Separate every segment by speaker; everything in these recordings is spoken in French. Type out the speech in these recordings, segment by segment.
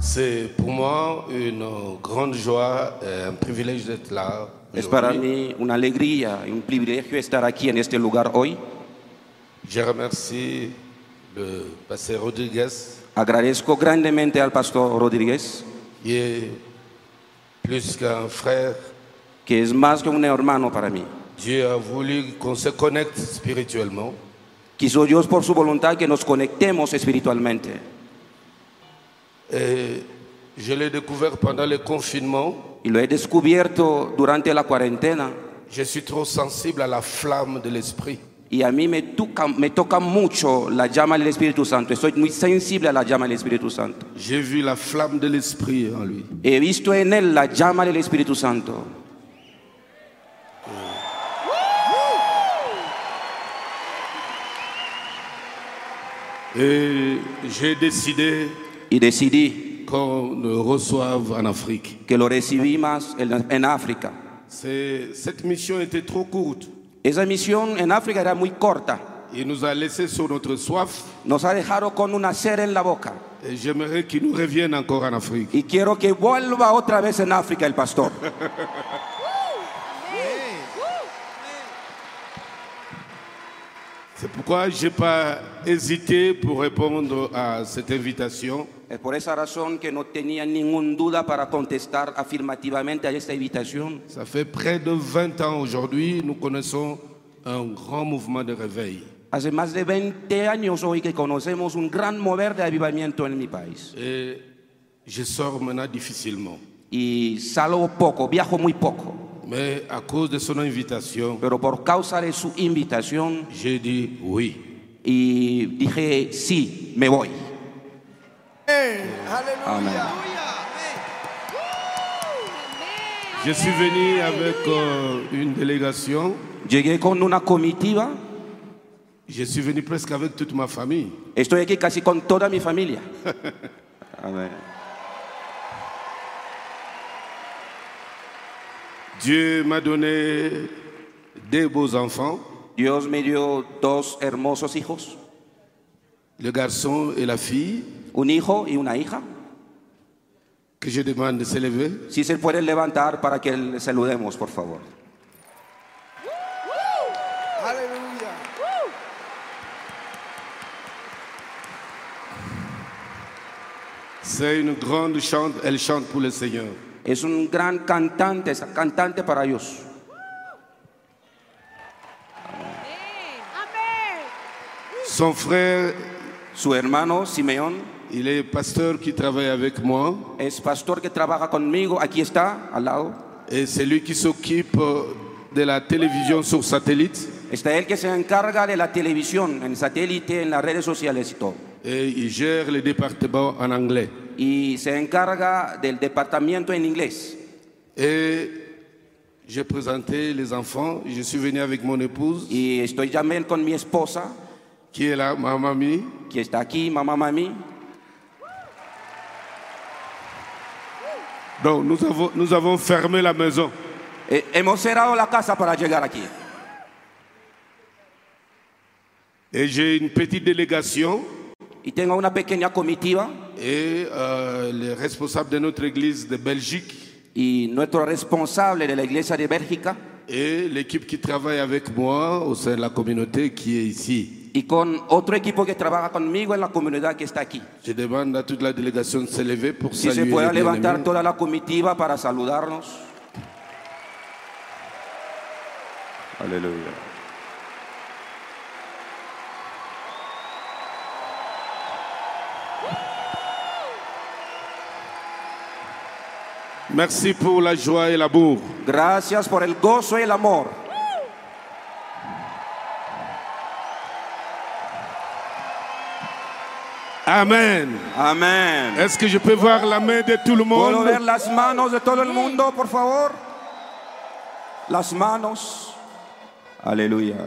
Speaker 1: C'est pour moi une grande joie, et un privilège d'être là.
Speaker 2: Es para
Speaker 1: aujourd'hui.
Speaker 2: mí una alegría y un privilegio estar aquí en este lugar hoy.
Speaker 1: Je remercie le pasteur Rodriguez
Speaker 2: Agradezco grandemente al pastor Rodríguez,
Speaker 1: qui est plus qu'un frère.
Speaker 2: que es más que un hermano para mí.
Speaker 1: Dieu a voulu qu'on se connecte spirituellement.
Speaker 2: Quiso Dios por su voluntad que nos conectemos espiritualmente.
Speaker 1: Et je l'ai découvert pendant le confinement.
Speaker 2: Y lo he descubierto durante la cuarentena
Speaker 1: Je suis trop sensible à la flamme de l'esprit.
Speaker 2: y a mí me toca, me toca mucho la llama del Espíritu Santo. Soy muy sensible a la llama del Espíritu Santo.
Speaker 1: J'ai vu la flamme de l'esprit en lui.
Speaker 2: He visto en él la llama del Espíritu Santo.
Speaker 1: Et j'ai décidé
Speaker 2: Y decidí
Speaker 1: qu'on le reçoive en Afrique.
Speaker 2: que lo recibí más en, en África.
Speaker 1: C'est- Cette mission était trop courte.
Speaker 2: Esa misión en África era muy corta.
Speaker 1: Il nous a laissé sur notre soif.
Speaker 2: Nos ha dejado con una cera en la boca.
Speaker 1: Et j'aimerais qu'il nous revienne encore en Afrique.
Speaker 2: Y quiero que vuelva otra vez en África el pastor.
Speaker 1: C'est pourquoi je n'ai pas hésité pour répondre à cette invitation.
Speaker 2: Es por esa razón que no tenía ninguna duda para contestar afirmativamente a esta invitación.
Speaker 1: Ça fait près de 20 ans aujourd'hui, nous connaissons un grand mouvement de réveil.
Speaker 2: Hace más de 20 años hoy que conocemos un gran mover de avivamiento en mi país.
Speaker 1: Et je sors maintenant difficilement.
Speaker 2: Y salgo poco, viajo muy poco.
Speaker 1: Mais à cause de son invitation,
Speaker 2: Pero por causa de su invitación,
Speaker 1: j'ai dit oui.
Speaker 2: y dije, sí, me voy. Amén.
Speaker 1: Je suis venu avec euh, une délégation.
Speaker 2: Llegué con una comitiva.
Speaker 1: Je suis venu presque avec toute ma famille.
Speaker 2: Estoy aquí casi con toda mi familia. Amén.
Speaker 1: Dieu m'a donné des beaux enfants,
Speaker 2: Dios me dio dos hermosos hijos,
Speaker 1: le garçon et la fille,
Speaker 2: un hijo y una hija.
Speaker 1: que je demande de s'élever.
Speaker 2: Si se pueden levantar para que le saludemos, por favor.
Speaker 1: C'est une grande chante, elle chante pour le Seigneur.
Speaker 2: Es un gran cantante, es cantante para Dios.
Speaker 1: Son frère,
Speaker 2: Su hermano Simeón
Speaker 1: il est pasteur qui travaille avec moi
Speaker 2: es pastor que trabaja conmigo, aquí está, al lado.
Speaker 1: et c'est lui qui s'occupe euh, de la télévision sur satellite
Speaker 2: Está él que se encarga de la televisión, en satélite, en las redes sociales y todo.
Speaker 1: et il gère le département en anglais.
Speaker 2: Y se encarga del departamento en inglés.
Speaker 1: Et j'ai présenté les enfants, je suis venu avec mon épouse
Speaker 2: Y estoy también con mi esposa,
Speaker 1: qui est là, ma mamie.
Speaker 2: que está aquí, mamá, mami.
Speaker 1: Donc nous avons, nous avons fermé la maison.
Speaker 2: Eh, hemos cerrado la casa para llegar aquí.
Speaker 1: Et j'ai une petite délégation
Speaker 2: Y tengo una pequeña comitiva
Speaker 1: et euh, les responsables de notre église de Belgique
Speaker 2: y nuestro responsable de la iglesia de Bélgica
Speaker 1: et l'équipe qui travaille avec moi au sein de la communauté qui est ici.
Speaker 2: y con otro equipo que trabaja conmigo en la comunidad que está aquí.
Speaker 1: Je demande à toute la délégation de se lever pour
Speaker 2: Si
Speaker 1: saluer
Speaker 2: se pueda
Speaker 1: les bien-aimés.
Speaker 2: levantar toda la comitiva para saludarnos. Aleluya.
Speaker 1: Merci pour la joie et l'amour.
Speaker 2: Gracias por el gozo y el amor.
Speaker 1: Amen.
Speaker 2: Amén.
Speaker 1: Est-ce que je peux voir la main de tout le
Speaker 2: ¿Puedo
Speaker 1: monde
Speaker 2: ver las manos de todo el mundo, por favor? Las manos. Aleluya.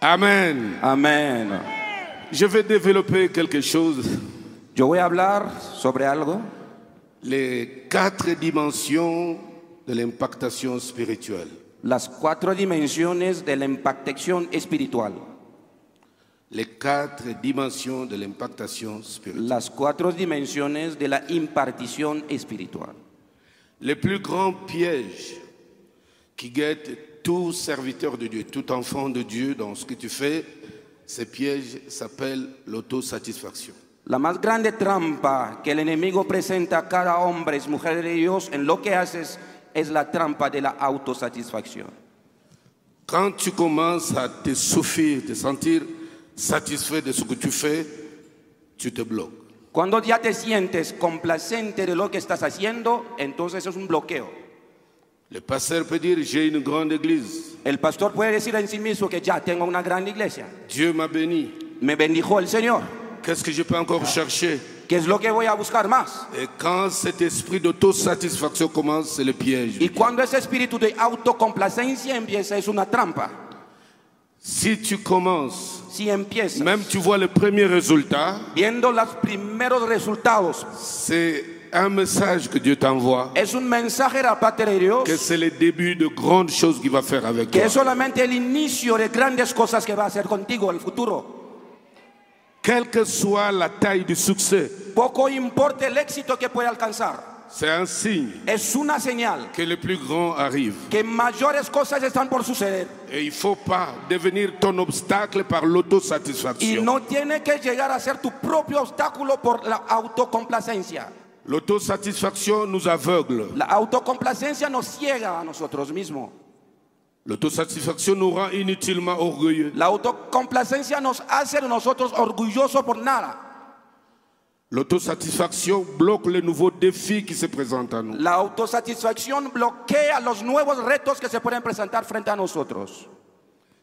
Speaker 1: Amen.
Speaker 2: Amén.
Speaker 1: Je vais développer quelque chose.
Speaker 2: Yo voy a hablar sobre algo,
Speaker 1: Les quatre dimensions de l'impactation spirituelle.
Speaker 2: las cuatro dimensiones de la impactación espiritual.
Speaker 1: les quatre dimensions de l'impactation spirituelle.
Speaker 2: las cuatro dimensiones de la impartición espiritual.
Speaker 1: Le plus grand piège qui guette tout serviteur de Dieu, tout enfant de Dieu dans ce que tu fais, ce piège s'appelle l'autosatisfaction.
Speaker 2: La más grande trampa que el enemigo presenta a cada hombre, es mujer de Dios, en lo que haces es la trampa de la autosatisfacción.
Speaker 1: Quand tu commences à te souffrir, te sentir satisfait de ce que tu fais, tu te bloques.
Speaker 2: Cuando ya te sientes complacente de lo que estás haciendo, entonces es un bloqueo.
Speaker 1: Le pasteur peut dire, j'ai une grande église,
Speaker 2: El pastor puede decir en sí mismo que ya tengo una gran iglesia.
Speaker 1: Dieu m'a béni,
Speaker 2: Me bendijo el Señor.
Speaker 1: qu'est-ce que je peux encore chercher
Speaker 2: ¿Qué es lo que voy a buscar más?
Speaker 1: Et quand cet esprit d'autosatisfaction commence, c'est le piège.
Speaker 2: Y cuando ese espíritu de autocomplacencia empieza, es una trampa.
Speaker 1: Si tu commences,
Speaker 2: Si empiezas
Speaker 1: même tu vois le premier résultat,
Speaker 2: viendo los primeros resultados,
Speaker 1: c'est un message que Dieu t'envoie,
Speaker 2: es un mensaje de la parte de Dios
Speaker 1: que c'est le début de grandes choses qu'il va faire avec
Speaker 2: que
Speaker 1: toi.
Speaker 2: es solamente el inicio de grandes cosas que va a hacer contigo en el futuro.
Speaker 1: Quelle que soit la taille du succès,
Speaker 2: Poco importa el éxito que puede alcanzar,
Speaker 1: c'est un signe
Speaker 2: es una señal
Speaker 1: que le plus grand arrive.
Speaker 2: que mayores cosas están por suceder
Speaker 1: Et il ne faut pas devenir ton obstacle par
Speaker 2: y
Speaker 1: l'autosatisfaction.
Speaker 2: no tiene que llegar a ser tu propio obstáculo por la autocomplacencia.
Speaker 1: L'autosatisfaction nous aveugle.
Speaker 2: La autocomplacencia nos ciega a nosotros mismos.
Speaker 1: L'autosatisfaction nous rend inutilement orgueilleux.
Speaker 2: La autocomplacencia nos hace de nosotros orgullosos por nada.
Speaker 1: L'autosatisfaction bloque les nouveaux défis qui se présentent à nous.
Speaker 2: La autosatisfacción bloquea los nuevos retos que se pueden presentar frente a nosotros.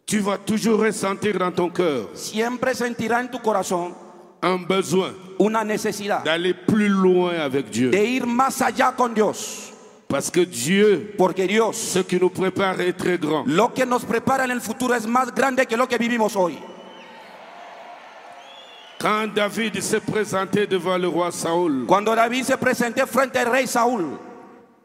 Speaker 1: Tu vas toujours ressentir dans ton cœur
Speaker 2: Siempre sentirá en tu corazón
Speaker 1: un besoin
Speaker 2: una necesidad
Speaker 1: d'aller plus loin avec Dieu.
Speaker 2: de ir más allá con Dios.
Speaker 1: Parce que Dieu,
Speaker 2: Porque Dios,
Speaker 1: ce qui nous prépare est très grand.
Speaker 2: lo que nos prepara en el futuro es más grande que lo que vivimos hoy.
Speaker 1: Quand David s'est présenté devant le roi Saül,
Speaker 2: Cuando David se presentó frente al rey Saúl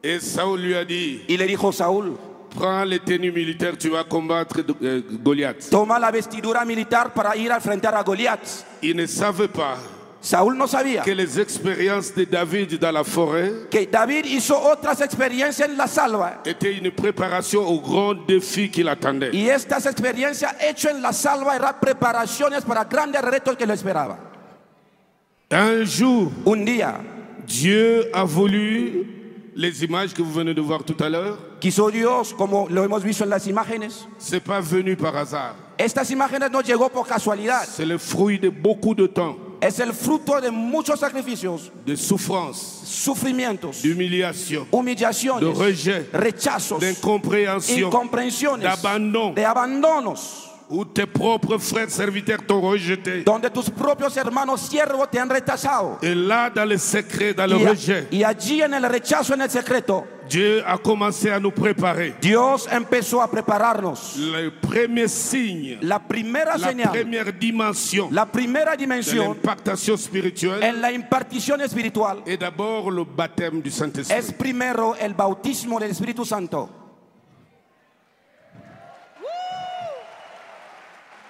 Speaker 1: et Saül lui a dit,
Speaker 2: y le dijo, Saúl,
Speaker 1: prends les tenues militaires, tu vas combattre euh, Goliath.
Speaker 2: toma la vestidura militar para ir a enfrentar a Goliat.
Speaker 1: Il ne savait pas
Speaker 2: Saúl no sabía
Speaker 1: que les expériences de David dans la forêt
Speaker 2: que David hizo otras experiencias en la salva
Speaker 1: étaient une préparation au grand défi qui l'attendait.
Speaker 2: y estas experiencias hechas en la salva eran preparaciones para grandes retos que lo esperaban.
Speaker 1: Un jour,
Speaker 2: Un día
Speaker 1: Dieu a voulu les images que vous venez de voir tout à l'heure.
Speaker 2: quiso Dios, como lo hemos visto en las imágenes,
Speaker 1: C'est pas venu par hasard.
Speaker 2: estas imágenes no llegó por casualidad,
Speaker 1: C'est le fruit de beaucoup de temps,
Speaker 2: es el fruto de muchos sacrificios,
Speaker 1: de souffrance,
Speaker 2: sufrimientos,
Speaker 1: d'humiliation, de
Speaker 2: humillaciones,
Speaker 1: rejet,
Speaker 2: rechazos,
Speaker 1: d'incompréhension,
Speaker 2: incomprensiones,
Speaker 1: d'abandon.
Speaker 2: de abandonos,
Speaker 1: où tes propres frères serviteurs t'ont rejeté.
Speaker 2: donde tus propios hermanos siervos te han rechazado.
Speaker 1: Et là, dans le secret, dans le
Speaker 2: Y a-
Speaker 1: rejet,
Speaker 2: y allí en el rechazo, en el secreto,
Speaker 1: Dieu a commencé à nous préparer.
Speaker 2: Dios empezó a prepararnos.
Speaker 1: Le premier signe,
Speaker 2: La primera
Speaker 1: la
Speaker 2: señal,
Speaker 1: première dimension
Speaker 2: la primera
Speaker 1: de
Speaker 2: dimensión
Speaker 1: l'impactation spirituelle
Speaker 2: en la impartición espiritual
Speaker 1: est d'abord le baptême du
Speaker 2: es
Speaker 1: Saint-Esprit.
Speaker 2: primero el bautismo del Espíritu Santo.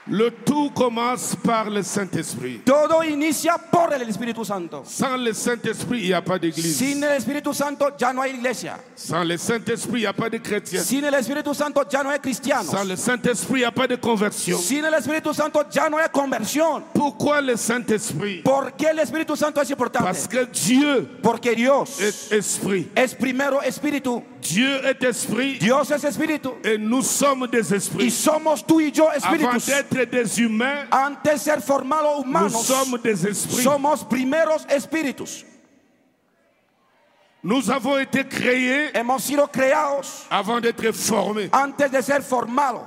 Speaker 1: Le tout commence par le Saint-Esprit.
Speaker 2: Todo inicia por el Espíritu Santo.
Speaker 1: Sans le Saint-Esprit, il n'y a pas
Speaker 2: Sin
Speaker 1: d'église.
Speaker 2: el Espíritu Santo ya no hay iglesia.
Speaker 1: Sans le Saint-Esprit, il n'y a pas de chrétien.
Speaker 2: Sin el Espíritu Santo ya no hay
Speaker 1: Sans
Speaker 2: cristianos.
Speaker 1: le Saint-Esprit, il n'y a pas de conversion.
Speaker 2: Sin el Espíritu Santo ya no hay conversión.
Speaker 1: Pourquoi le Saint-Esprit
Speaker 2: ¿Por qué el Espíritu Santo es
Speaker 1: Parce
Speaker 2: importante?
Speaker 1: que Dieu
Speaker 2: Porque Dios
Speaker 1: est esprit.
Speaker 2: es primero Espíritu.
Speaker 1: Dieu est esprit
Speaker 2: Dios es Espíritu.
Speaker 1: et nous sommes des
Speaker 2: Y
Speaker 1: esprits.
Speaker 2: somos tú y yo
Speaker 1: Avant
Speaker 2: espíritus.
Speaker 1: d'être des humains,
Speaker 2: Antes de ser formados
Speaker 1: nous
Speaker 2: humanos,
Speaker 1: sommes des esprits.
Speaker 2: somos primeros espíritus.
Speaker 1: Nous avons été créés
Speaker 2: Hemos sido creados
Speaker 1: avant d'être formés.
Speaker 2: antes de ser formados.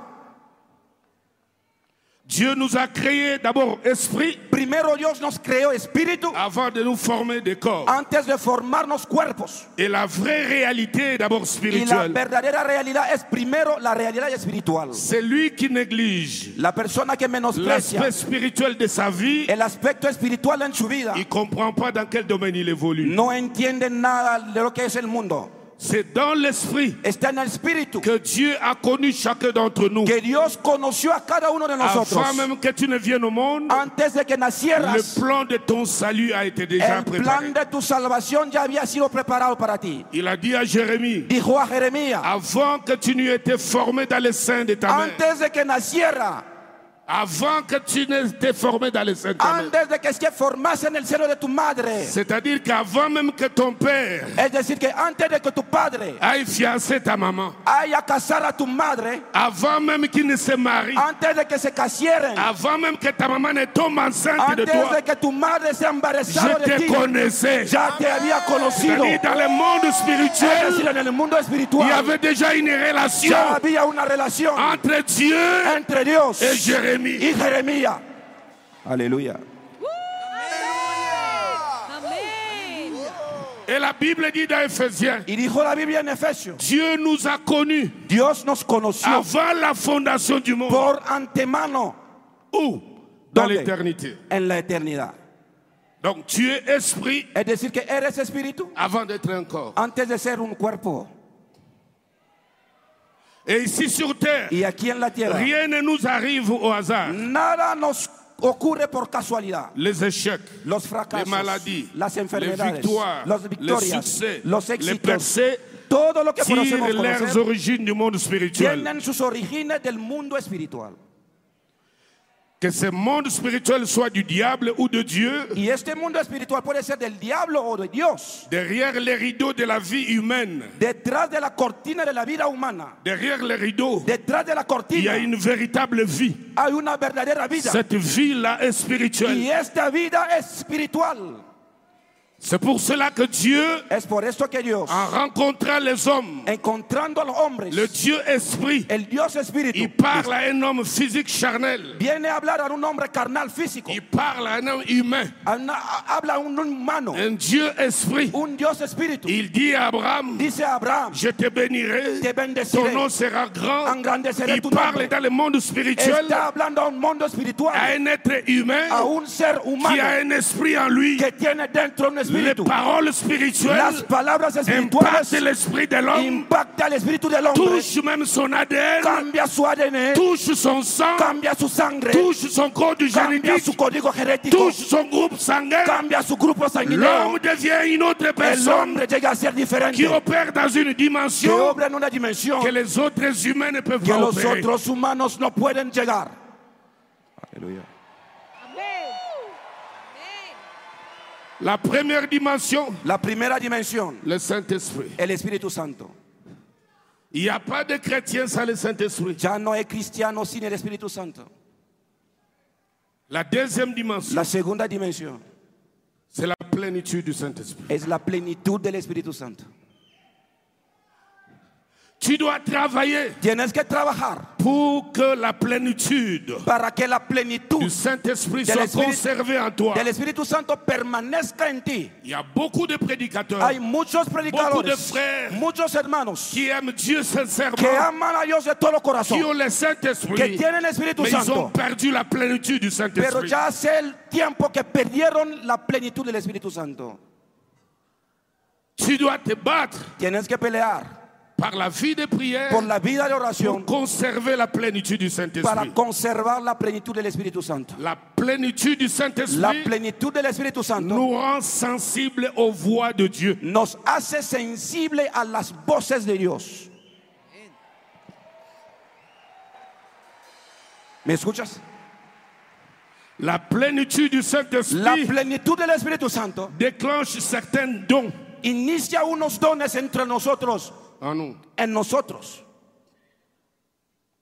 Speaker 1: Dieu nous a créés d'abord esprit
Speaker 2: Primero Dios nos creó espíritu
Speaker 1: avant de nous former des corps.
Speaker 2: antes de formarnos cuerpos.
Speaker 1: Et la vraie réalité est d'abord
Speaker 2: Y la
Speaker 1: spirituelle.
Speaker 2: verdadera realidad es primero la realidad espiritual.
Speaker 1: Celui qui néglige
Speaker 2: La persona que menosprecia
Speaker 1: l'aspect spirituel de sa vie,
Speaker 2: el aspecto espiritual en su vida
Speaker 1: il ne comprend pas dans quel domaine il évolue.
Speaker 2: no entiende nada de lo que es el mundo.
Speaker 1: C'est dans l'esprit
Speaker 2: Está en el espíritu.
Speaker 1: que Dieu a connu chacun d'entre nous.
Speaker 2: Que Dios conoció a cada uno de nosotros.
Speaker 1: Avant même que tu ne viennes au monde,
Speaker 2: Antes de que nacieras,
Speaker 1: le plan de ton salut a été déjà
Speaker 2: el
Speaker 1: préparé.
Speaker 2: plan de tu salvación ya había sido preparado para ti.
Speaker 1: Il a dit à Jérémie,
Speaker 2: Dijo a Jeremías,
Speaker 1: avant que tu n'eût été formé dans les seins de ta mère,
Speaker 2: antes de que naciera,
Speaker 1: avant que tu n'aies été formé dans les seins de ta mère,
Speaker 2: antes de que se formase en el seno de tu madre,
Speaker 1: c'est-à-dire qu'avant même que ton père
Speaker 2: es decir, que antes de que tu padre
Speaker 1: aille fiancer ta maman,
Speaker 2: haya casado a tu madre,
Speaker 1: avant même qu'il ne se marie,
Speaker 2: antes de que se casieren,
Speaker 1: avant même que ta maman ne tombe enceinte de
Speaker 2: antes
Speaker 1: toi,
Speaker 2: de que tu madre se embarazara
Speaker 1: je
Speaker 2: de
Speaker 1: te
Speaker 2: ti,
Speaker 1: connaissais.
Speaker 2: ya te había conocido.
Speaker 1: C'est-à-dire dans le monde
Speaker 2: Es decir,
Speaker 1: spirituel,
Speaker 2: en el mundo
Speaker 1: il y
Speaker 2: espiritual
Speaker 1: avait déjà une relation
Speaker 2: ya había una relación
Speaker 1: entre Dieu
Speaker 2: entre Dios
Speaker 1: et Jérémie.
Speaker 2: y Jeremías.
Speaker 3: Aleluya.
Speaker 4: Amén.
Speaker 1: Et la Bible dit dans Ephésiens,
Speaker 2: Y dijo la Biblia en Efesios,
Speaker 1: Dieu nous a connus
Speaker 2: Dios nos conoció
Speaker 1: avant la fondation du monde.
Speaker 2: por antemano
Speaker 1: Où Dans
Speaker 2: Donde?
Speaker 1: l'éternité.
Speaker 2: en la eternidad.
Speaker 1: Donc tu es esprit
Speaker 2: Es decir, que eres espíritu
Speaker 1: avant d'être un corps.
Speaker 2: antes de ser un cuerpo.
Speaker 1: Et ici sur terre,
Speaker 2: Y aquí en la tierra,
Speaker 1: rien ne nous arrive au hasard.
Speaker 2: nada nos ocurre por casualidad.
Speaker 1: Les échecs,
Speaker 2: Los fracasos,
Speaker 1: les maladies,
Speaker 2: las
Speaker 1: les
Speaker 2: enfermedades,
Speaker 1: victoires,
Speaker 2: las
Speaker 1: les
Speaker 2: victorias,
Speaker 1: succès,
Speaker 2: los
Speaker 1: les
Speaker 2: éxitos,
Speaker 1: percées
Speaker 2: todo lo que conocemos
Speaker 1: tirent leurs
Speaker 2: conocer,
Speaker 1: origines du monde spirituel.
Speaker 2: tienen sus orígenes del mundo espiritual.
Speaker 1: Que ce monde spirituel soit du diable ou de Dieu,
Speaker 2: Y este mundo espiritual puede ser del diablo o de Dios.
Speaker 1: derrière les rideaux de la vie humaine,
Speaker 2: Detrás de la cortina de la vida humana,
Speaker 1: derrière les rideaux,
Speaker 2: detrás de la
Speaker 1: il y
Speaker 2: cortina
Speaker 1: a une véritable vie.
Speaker 2: hay una verdadera vida.
Speaker 1: Cette vie-là est
Speaker 2: Y
Speaker 1: spirituelle.
Speaker 2: esta vida es espiritual.
Speaker 1: C'est pour cela que Dieu,
Speaker 2: Es por esto que Dios,
Speaker 1: en rencontrant les hommes,
Speaker 2: encontrando a los hombres,
Speaker 1: Ah. le Dieu esprit,
Speaker 2: el Dios espíritu,
Speaker 1: il parle à un homme physique charnel.
Speaker 2: viene a hablar a un hombre carnal físico,
Speaker 1: Il parle à un homme humain.
Speaker 2: a una- a- habla a un humano,
Speaker 1: Un Dieu esprit.
Speaker 2: un Dios espíritu.
Speaker 1: Il dit à Abraham,
Speaker 2: Dice a Abraham,
Speaker 1: je te bénirai,
Speaker 2: Te bendeciré.
Speaker 1: ton nom sera grand.
Speaker 2: engrandeceré
Speaker 1: Il
Speaker 2: tu
Speaker 1: parle
Speaker 2: nombre.
Speaker 1: dans le monde spirituel
Speaker 2: Está hablando a un mundo
Speaker 1: à
Speaker 2: espiritual,
Speaker 1: un être humain
Speaker 2: a un ser
Speaker 1: qui a
Speaker 2: humano
Speaker 1: un esprit en lui.
Speaker 2: que tiene dentro un
Speaker 1: Les
Speaker 2: espíritu.
Speaker 1: paroles
Speaker 2: Las
Speaker 1: spirituelles
Speaker 2: palabras espirituales
Speaker 1: impactent l'esprit de l'homme,
Speaker 2: impacta el espíritu del hombre,
Speaker 1: touchent même son ADN,
Speaker 2: cambia su ADN,
Speaker 1: touche son sang,
Speaker 2: cambia su sangre,
Speaker 1: touche son code
Speaker 2: cambia su
Speaker 1: génétique,
Speaker 2: código genético,
Speaker 1: touche son groupe sanguin.
Speaker 2: cambia su grupo sanguíneo.
Speaker 1: L'homme devient une autre
Speaker 2: El
Speaker 1: personne
Speaker 2: hombre llega a ser
Speaker 1: qui
Speaker 2: diferente,
Speaker 1: opère dans une
Speaker 2: que
Speaker 1: dimension
Speaker 2: obra en una dimensión
Speaker 1: que
Speaker 2: que
Speaker 1: les autres humains ne peuvent pas
Speaker 2: los
Speaker 1: opérer.
Speaker 2: otros humanos no pueden llegar.
Speaker 3: Aleluya.
Speaker 1: La première dimension,
Speaker 2: La primera dimensión,
Speaker 1: le Saint-Esprit.
Speaker 2: el Espíritu Santo.
Speaker 1: Il n'y a pas de chrétien sans le Saint-Esprit.
Speaker 2: Ya no es cristiano sin el Espíritu Santo.
Speaker 1: La deuxième dimension,
Speaker 2: La segunda dimensión
Speaker 1: c'est la plénitude du Saint-Esprit.
Speaker 2: es la plenitud del Espíritu Santo.
Speaker 1: Tu dois travailler
Speaker 2: Tienes que trabajar
Speaker 1: pour que la plénitude
Speaker 2: para que la
Speaker 1: du
Speaker 2: plenitud
Speaker 1: Saint-Esprit
Speaker 2: De
Speaker 1: soit
Speaker 2: l'Esprit-
Speaker 1: conservée en toi.
Speaker 2: del Espíritu Santo permanezca en ti.
Speaker 1: Il y a beaucoup de prédicateurs
Speaker 2: Hay muchos
Speaker 1: de
Speaker 2: predicadores,
Speaker 1: frères
Speaker 2: muchos hermanos
Speaker 1: qui aiment Dieu
Speaker 2: que
Speaker 1: sincèrement,
Speaker 2: aman a Dios de todo
Speaker 1: qui ont
Speaker 2: corazón,
Speaker 1: le
Speaker 2: que
Speaker 1: Saint-Esprit,
Speaker 2: tienen el Espíritu
Speaker 1: mais ils ont
Speaker 2: Santo.
Speaker 1: perdu la plénitude du
Speaker 2: Pero
Speaker 1: Saint-Esprit.
Speaker 2: ya hace el tiempo que perdieron la plenitud del Espíritu Santo.
Speaker 1: Tu dois te battre
Speaker 2: Tienes que pelear
Speaker 1: par la vie de prière
Speaker 2: por la vida de
Speaker 1: pour
Speaker 2: oración
Speaker 1: conserver la plénitude du Saint-Esprit.
Speaker 2: para conservar la plenitud del Espíritu Santo.
Speaker 1: La plénitude du
Speaker 2: La
Speaker 1: Saint-Esprit
Speaker 2: plenitud del Espíritu Santo
Speaker 1: nous rend sensibles aux voix de Dieu.
Speaker 2: nos hace sensible a las voces de Dios. ¿Me escuchas?
Speaker 1: La plénitude du
Speaker 2: La
Speaker 1: Saint-Esprit
Speaker 2: plenitud del Espíritu Santo
Speaker 1: déclenche certains dons
Speaker 2: inicia unos dones entre nosotros,
Speaker 1: en nous.
Speaker 2: en nosotros.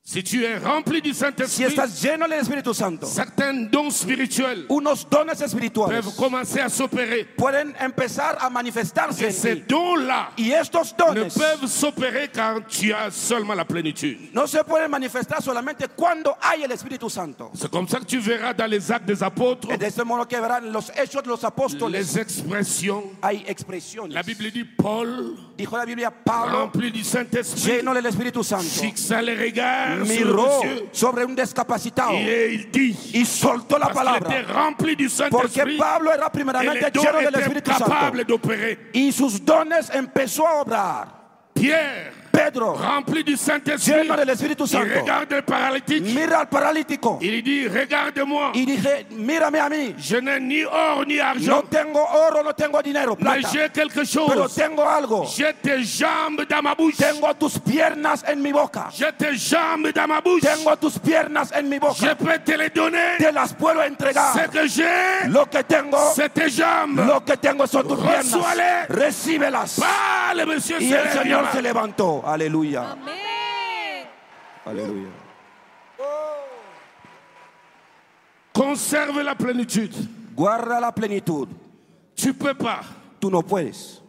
Speaker 1: Si tu es rempli du
Speaker 2: Si
Speaker 1: Saint-Esprit,
Speaker 2: estás lleno del Espíritu Santo,
Speaker 1: certains dons spirituels
Speaker 2: unos dones espirituales
Speaker 1: peuvent commencer à s'opérer.
Speaker 2: pueden empezar a manifestarse
Speaker 1: Et
Speaker 2: en
Speaker 1: ces
Speaker 2: ti.
Speaker 1: dons-là
Speaker 2: Y estos
Speaker 1: ne
Speaker 2: dones
Speaker 1: peuvent s'opérer quand tu as seulement la plénitude.
Speaker 2: no se pueden manifestar solamente cuando hay el Espíritu Santo.
Speaker 1: C'est comme ça que tu verras dans les actes des apôtres
Speaker 2: Es de este modo que verán los hechos de los apóstoles.
Speaker 1: les expressions.
Speaker 2: Hay
Speaker 1: La
Speaker 2: expresiones.
Speaker 1: Bible dit Paul,
Speaker 2: Dijo la Biblia, Pablo,
Speaker 1: rempli du Saint-Esprit,
Speaker 2: lleno del Espíritu Santo,
Speaker 1: fixa les regards sur le
Speaker 2: miró
Speaker 1: monsieur
Speaker 2: sobre un discapacitado
Speaker 1: et il dit,
Speaker 2: y soltó la
Speaker 1: parce qu'il
Speaker 2: palabra.
Speaker 1: était rempli du
Speaker 2: Porque
Speaker 1: Saint-Esprit,
Speaker 2: Pablo era
Speaker 1: et les
Speaker 2: primeramente
Speaker 1: dons
Speaker 2: lleno del
Speaker 1: étaient
Speaker 2: Espíritu Santo.
Speaker 1: capables d'opérer.
Speaker 2: Y sus dones empezó a obrar.
Speaker 1: Pierre,
Speaker 2: Pedro,
Speaker 1: rempli du Saint-Esprit,
Speaker 2: lleno del Espíritu
Speaker 1: il
Speaker 2: Santo,
Speaker 1: regarde le paralytique.
Speaker 2: mira al paralítico
Speaker 1: Il lui dit, regarde-moi.
Speaker 2: y dije, mírame a mí,
Speaker 1: Je n'ai ni or ni argent,
Speaker 2: no tengo oro, no tengo dinero,
Speaker 1: mais
Speaker 2: plata,
Speaker 1: j'ai quelque
Speaker 2: pero
Speaker 1: chose.
Speaker 2: tengo algo,
Speaker 1: J'ai tes jambes dans ma bouche.
Speaker 2: tengo tus piernas en mi boca,
Speaker 1: J'ai tes jambes dans ma bouche.
Speaker 2: tengo tus piernas en mi
Speaker 1: Je
Speaker 2: boca,
Speaker 1: peux te les donner.
Speaker 2: te las puedo
Speaker 1: Ce
Speaker 2: entregar,
Speaker 1: que j'ai,
Speaker 2: lo que tengo,
Speaker 1: c'est tes jambes.
Speaker 2: lo que tengo son tus
Speaker 1: Resuélele.
Speaker 2: piernas, recíbelas.
Speaker 1: Parle, monsieur
Speaker 2: Y el
Speaker 1: Célestia.
Speaker 2: Señor se levantó, aleluya,
Speaker 5: Amén.
Speaker 2: aleluya.
Speaker 1: Conserve la plénitude.
Speaker 2: Guarda la plenitud,
Speaker 1: Tu peux pas
Speaker 2: tú no puedes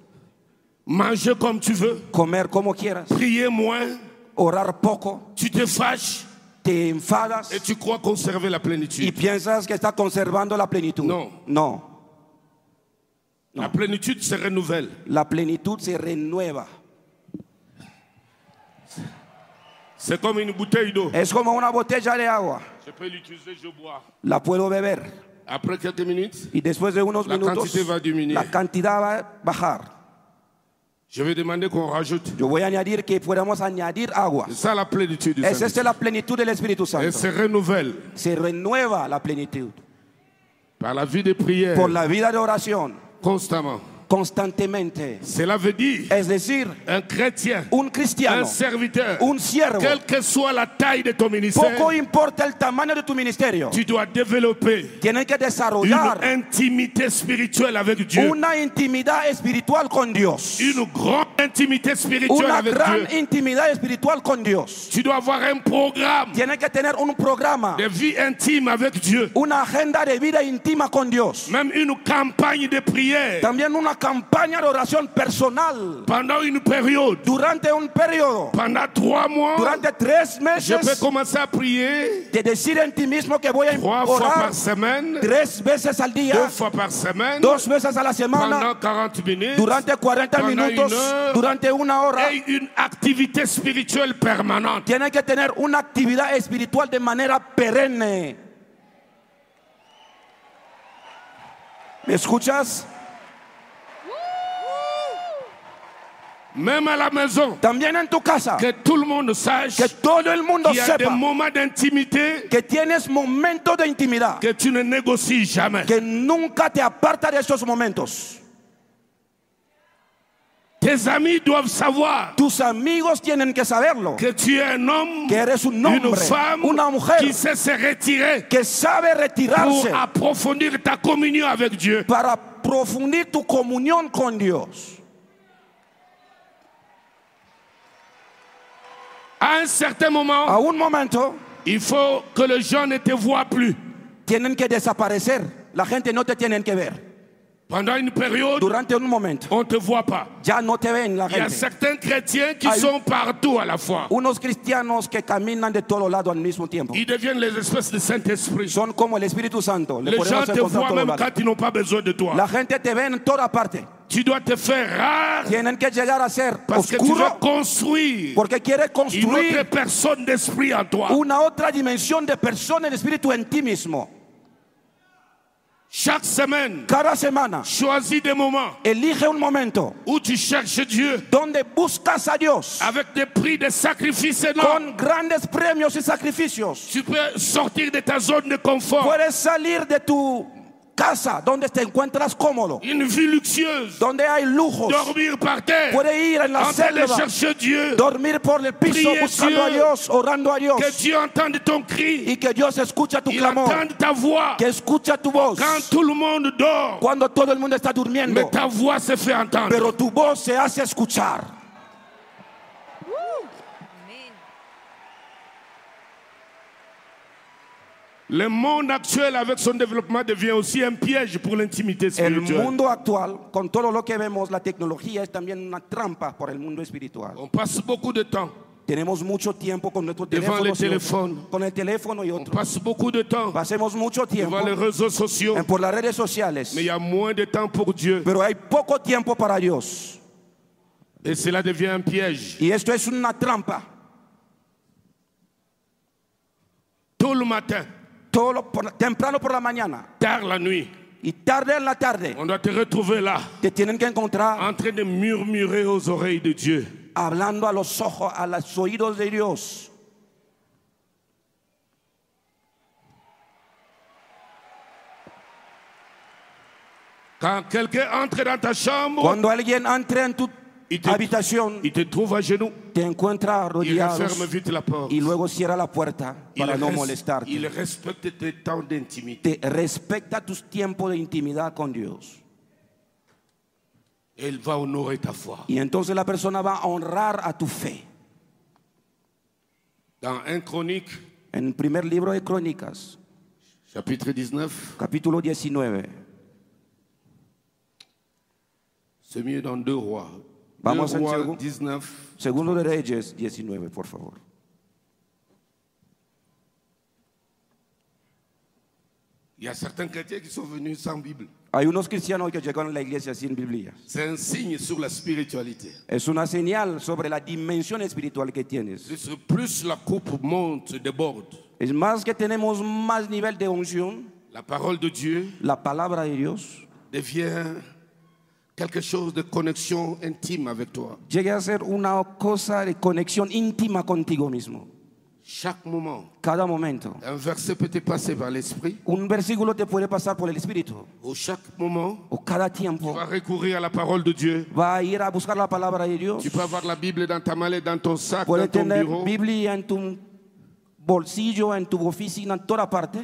Speaker 1: manger comme tu veux,
Speaker 2: comer como quieras,
Speaker 1: prier moins,
Speaker 2: orar poco,
Speaker 1: tu te fâches
Speaker 2: te enfadas.
Speaker 1: et tu crois conserver la
Speaker 2: y
Speaker 1: plénitude.
Speaker 2: piensas que está conservando la plenitud.
Speaker 1: No.
Speaker 2: No,
Speaker 1: La plénitude se renouvelle.
Speaker 2: la plenitud se renueva.
Speaker 1: C'est comme une bouteille d'eau.
Speaker 2: Es como una botella de agua.
Speaker 1: Je peux l'utiliser, je bois.
Speaker 2: La puedo beber
Speaker 1: Après quelques minutes,
Speaker 2: y después de unos
Speaker 1: La
Speaker 2: minutos
Speaker 1: cantidad va a disminuir.
Speaker 2: la cantidad va a bajar.
Speaker 1: je vais demander qu'on rajoute.
Speaker 2: Yo voy a añadir que podamos añadir agua.
Speaker 1: C'est ça la plénitude. du
Speaker 2: Es
Speaker 1: Saint-Esprit.
Speaker 2: esta la plenitud del Espíritu
Speaker 1: Elle
Speaker 2: Santo.
Speaker 1: se renouvelle
Speaker 2: Se renueva la plenitud
Speaker 1: par la vie de prière
Speaker 2: por la vida de oración
Speaker 1: constamment.
Speaker 2: constantemente.
Speaker 1: Cela veut dire
Speaker 2: Es decir,
Speaker 1: un chrétien,
Speaker 2: un
Speaker 1: un
Speaker 2: cristiano,
Speaker 1: serviteur,
Speaker 2: un siervo,
Speaker 1: quelle que soit la taille de ton ministère,
Speaker 2: poco importa el tamaño de tu ministerio,
Speaker 1: tu dois développer
Speaker 2: tienen que
Speaker 1: une
Speaker 2: desarrollar
Speaker 1: intimité spirituelle avec Dieu.
Speaker 2: una intimidad espiritual con Dios.
Speaker 1: Une grande intimité spirituelle
Speaker 2: Una
Speaker 1: avec
Speaker 2: gran
Speaker 1: Dieu.
Speaker 2: intimidad espiritual con Dios.
Speaker 1: Tu dois avoir un programme
Speaker 2: Tiene que tener un programa,
Speaker 1: de vie intime avec Dieu.
Speaker 2: una agenda de vida íntima con Dios.
Speaker 1: Même une campagne de prière
Speaker 2: También una campaña de oración personal
Speaker 1: pendant une période,
Speaker 2: durante un periodo,
Speaker 1: pendant trois mois,
Speaker 2: durante tres
Speaker 1: je peux
Speaker 2: meses.
Speaker 1: commencer à prier
Speaker 2: Te decir en ti mismo que voy a
Speaker 1: trois fois
Speaker 2: orar
Speaker 1: par semaine,
Speaker 2: tres veces al
Speaker 1: deux
Speaker 2: día,
Speaker 1: fois par semaine,
Speaker 2: dos veces a la semana,
Speaker 1: pendant 40 minutes,
Speaker 2: durante 40
Speaker 1: Pendant
Speaker 2: minutos,
Speaker 1: une heure.
Speaker 2: durante una hora.
Speaker 1: et une activité spirituelle permanente.
Speaker 2: Tiene que tener una actividad espiritual de manera perenne. ¿Me escuchas?
Speaker 1: Même à la maison,
Speaker 2: También en tu casa.
Speaker 1: que tout le monde sache
Speaker 2: Que todo el mundo
Speaker 1: qu'il y a des
Speaker 2: sepa
Speaker 1: moments d'intimité
Speaker 2: que tienes momentos de intimidad.
Speaker 1: que tu ne négocies jamais.
Speaker 2: Que nunca te aparta de esos momentos.
Speaker 1: Tes amis doivent savoir
Speaker 2: Tus amigos tienen que saberlo.
Speaker 1: que tu es un homme,
Speaker 2: Que eres un
Speaker 1: une
Speaker 2: hombre,
Speaker 1: femme
Speaker 2: una mujer.
Speaker 1: qui sait se retirer
Speaker 2: Que sabe
Speaker 1: pour
Speaker 2: retirarse
Speaker 1: approfondir ta communion avec Dieu.
Speaker 2: para aprofundir tu comunión con Dios.
Speaker 1: À un certain moment,
Speaker 2: A un momento
Speaker 1: il faut que le gens ne te voient plus.
Speaker 2: tienen que desaparecer. La gente no te tienen que ver.
Speaker 1: Pendant une période,
Speaker 2: Durante un momento.
Speaker 1: on ne te voit pas.
Speaker 2: Ya no te ven la
Speaker 1: Il y a
Speaker 2: gente.
Speaker 1: certains chrétiens qui
Speaker 2: Ah, oui.
Speaker 1: sont partout à la fois.
Speaker 2: unos cristianos que caminan de todos lados al mismo tiempo.
Speaker 1: Ils deviennent les espèces de Saint-Esprit.
Speaker 2: Son como el Espíritu Santo. Le
Speaker 1: Les gens
Speaker 2: podemos
Speaker 1: te
Speaker 2: encontrar
Speaker 1: voient
Speaker 2: en todos
Speaker 1: même
Speaker 2: lados.
Speaker 1: quand ils n'ont pas besoin de toi.
Speaker 2: La gente te ve en toda parte.
Speaker 1: Tu dois te faire rare
Speaker 2: Tienen que llegar a ser
Speaker 1: parce Pues que tu vas
Speaker 2: oscuro
Speaker 1: construire
Speaker 2: porque quiere
Speaker 1: une autre
Speaker 2: construir
Speaker 1: personne d'esprit en toi.
Speaker 2: una otra dimensión de persona en espíritu en ti mismo.
Speaker 1: Chaque semaine,
Speaker 2: Cada semana
Speaker 1: choisis des moments
Speaker 2: elige un momento
Speaker 1: où tu cherches Dieu
Speaker 2: donde buscas a Dios
Speaker 1: avec des prix de sacrifices énormes.
Speaker 2: con grandes premios y sacrificios.
Speaker 1: Tu peux sortir de ta zone de confort.
Speaker 2: Puedes salir de tu casa donde te encuentras cómodo,
Speaker 1: Une vie luxueuse.
Speaker 2: donde hay lujos.
Speaker 1: Dormir par terre.
Speaker 2: Puede ir en la
Speaker 1: En train de
Speaker 2: selva.
Speaker 1: chercher Dieu.
Speaker 2: dormir por el piso
Speaker 1: Priez
Speaker 2: buscando a
Speaker 1: Dieu.
Speaker 2: Dios, orando a Dios
Speaker 1: Que Dieu entende ton cri.
Speaker 2: y que Dios escucha tu
Speaker 1: Il
Speaker 2: clamor,
Speaker 1: entende ta voix.
Speaker 2: que escucha tu voz
Speaker 1: Quand tout le monde dort,
Speaker 2: cuando todo el mundo está
Speaker 1: mais
Speaker 2: durmiendo,
Speaker 1: ta voix se fait entendre.
Speaker 2: pero tu voz se hace escuchar.
Speaker 5: Amén.
Speaker 1: Le monde actuel, avec son développement, devient aussi un piège pour l'intimité
Speaker 2: El
Speaker 1: spirituelle.
Speaker 2: mundo actual, con todo lo que vemos, la tecnología es también una trampa por el mundo espiritual.
Speaker 1: On passe beaucoup de temps.
Speaker 2: Tenemos mucho tiempo con nuestro
Speaker 1: Devant
Speaker 2: teléfono,
Speaker 1: el teléfono.
Speaker 2: con el teléfono y
Speaker 1: On
Speaker 2: otro.
Speaker 1: passe beaucoup de temps
Speaker 2: Pasemos mucho tiempo
Speaker 1: devant les réseaux sociaux.
Speaker 2: en- por las redes sociales,
Speaker 1: Mais il y a moins de temps pour Dieu.
Speaker 2: pero hay poco tiempo para Dios
Speaker 1: Et cela devient un piège.
Speaker 2: y esto es una trampa.
Speaker 1: Tout le matin,
Speaker 2: Todo lo- por- temprano por la mañana
Speaker 1: tard la nuit,
Speaker 2: y tarde en la tarde.
Speaker 1: on doit te retrouver là,
Speaker 2: Te tienen que encontrar
Speaker 1: en train de murmurer aux oreilles de Dieu.
Speaker 2: hablando a los ojos, a los oídos de Dios.
Speaker 1: Quand quelqu'un entre dans ta chambre,
Speaker 2: Cuando alguien entra en tu
Speaker 1: il te,
Speaker 2: habitación,
Speaker 1: il te trouve à genoux.
Speaker 2: te encuentra
Speaker 1: Il
Speaker 2: rodeado
Speaker 1: referme vite la porte.
Speaker 2: y luego cierra la puerta
Speaker 1: Il,
Speaker 2: para no
Speaker 1: res-
Speaker 2: molestarte.
Speaker 1: il respecte tes temps d'intimité.
Speaker 2: te respecta tus tiempos de intimidad con Dios.
Speaker 1: Et il va honorer ta foi.
Speaker 2: Y entonces la persona va a honrar a tu fe.
Speaker 1: Dans 1 Chronique,
Speaker 2: En el primer libro de Crónicas,
Speaker 1: chapitre 19,
Speaker 2: capítulo 19,
Speaker 1: c'est mieux dans deux rois.
Speaker 2: Vamos
Speaker 1: Deux
Speaker 2: en
Speaker 1: rois
Speaker 2: second.
Speaker 1: 19,
Speaker 2: segundo de Reyes 19, por favor.
Speaker 1: il y a certains chrétiens qui sont venus sans Bible.
Speaker 2: Hay unos cristianos que llegaron a la iglesia sin Biblia.
Speaker 1: C'est un signe sur la spiritualité.
Speaker 2: Es una señal sobre la dimensión espiritual que tienes.
Speaker 1: Plus, plus la coupe monte, déborde,
Speaker 2: Es más que tenemos más nivel de unción,
Speaker 1: la parole de Dieu
Speaker 2: la palabra de Dios
Speaker 1: devient quelque chose de connexion intime avec toi.
Speaker 2: llega a ser una cosa de conexión íntima contigo mismo.
Speaker 1: Chaque moment,
Speaker 2: Cada momento.
Speaker 1: un verset peut te passer par l'esprit.
Speaker 2: Un versículo te puede pasar por el espíritu.
Speaker 1: Au chaque moment,
Speaker 2: O cada
Speaker 1: tu
Speaker 2: tiempo
Speaker 1: vas recourir à la parole de Dieu.
Speaker 2: va a ir a buscar la palabra de Dios.
Speaker 1: Tu peux avoir la Bible dans ta mallette, dans ton sac,
Speaker 2: Puede
Speaker 1: dans ton
Speaker 2: tener
Speaker 1: bureau,
Speaker 2: Biblia en tu bolsillo, en tu oficina, en toda parte.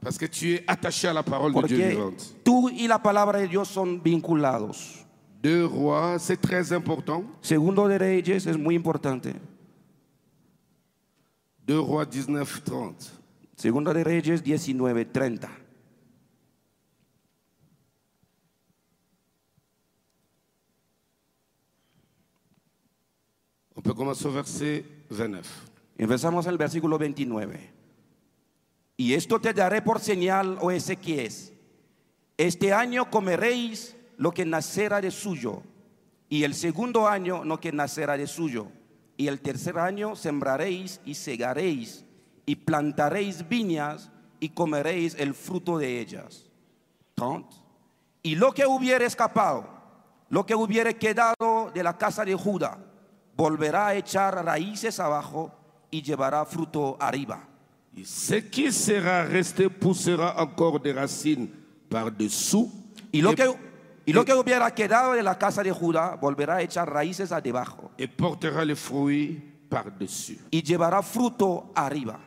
Speaker 1: parce que tu es attaché à la parole de Dieu
Speaker 2: Porque
Speaker 1: vivante.
Speaker 2: tú y la palabra de Dios son vinculados.
Speaker 1: Deux rois, c'est très important.
Speaker 2: Segundo de Reyes es muy importante.
Speaker 1: Deux rois 19, 30.
Speaker 2: Segundo de Reyes 19:30.
Speaker 1: On peut commencer au verset 29.
Speaker 2: Empezamos el versículo 29. Y esto te daré por señal, o Ezequiel. Este año comeréis lo que nacerá de suyo, y el segundo año lo que nacerá de suyo, y el tercer año sembraréis y segaréis, y plantaréis viñas y comeréis el fruto de ellas. 30. Y lo que hubiere escapado, lo que hubiere quedado de la casa de Judá, volverá a echar raíces abajo y llevará fruto arriba.
Speaker 1: Ce qui sera resté poussera encore des racines par-dessous.
Speaker 2: Y lo,
Speaker 1: et,
Speaker 2: que, y lo que hubiera quedado de la casa de Judá, volverá a echar raíces abajo
Speaker 1: et portera les fruits par-dessus.
Speaker 2: y llevará fruto arriba.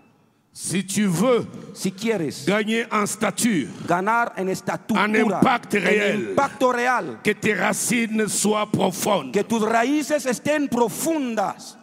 Speaker 1: Si tu veux
Speaker 2: Si quieres
Speaker 1: gagner en stature,
Speaker 2: ganar en estatura,
Speaker 1: Un impacto
Speaker 2: en
Speaker 1: real.
Speaker 2: impacto real,
Speaker 1: que tes racines soient profondes.
Speaker 2: que tus raíces estén profundas,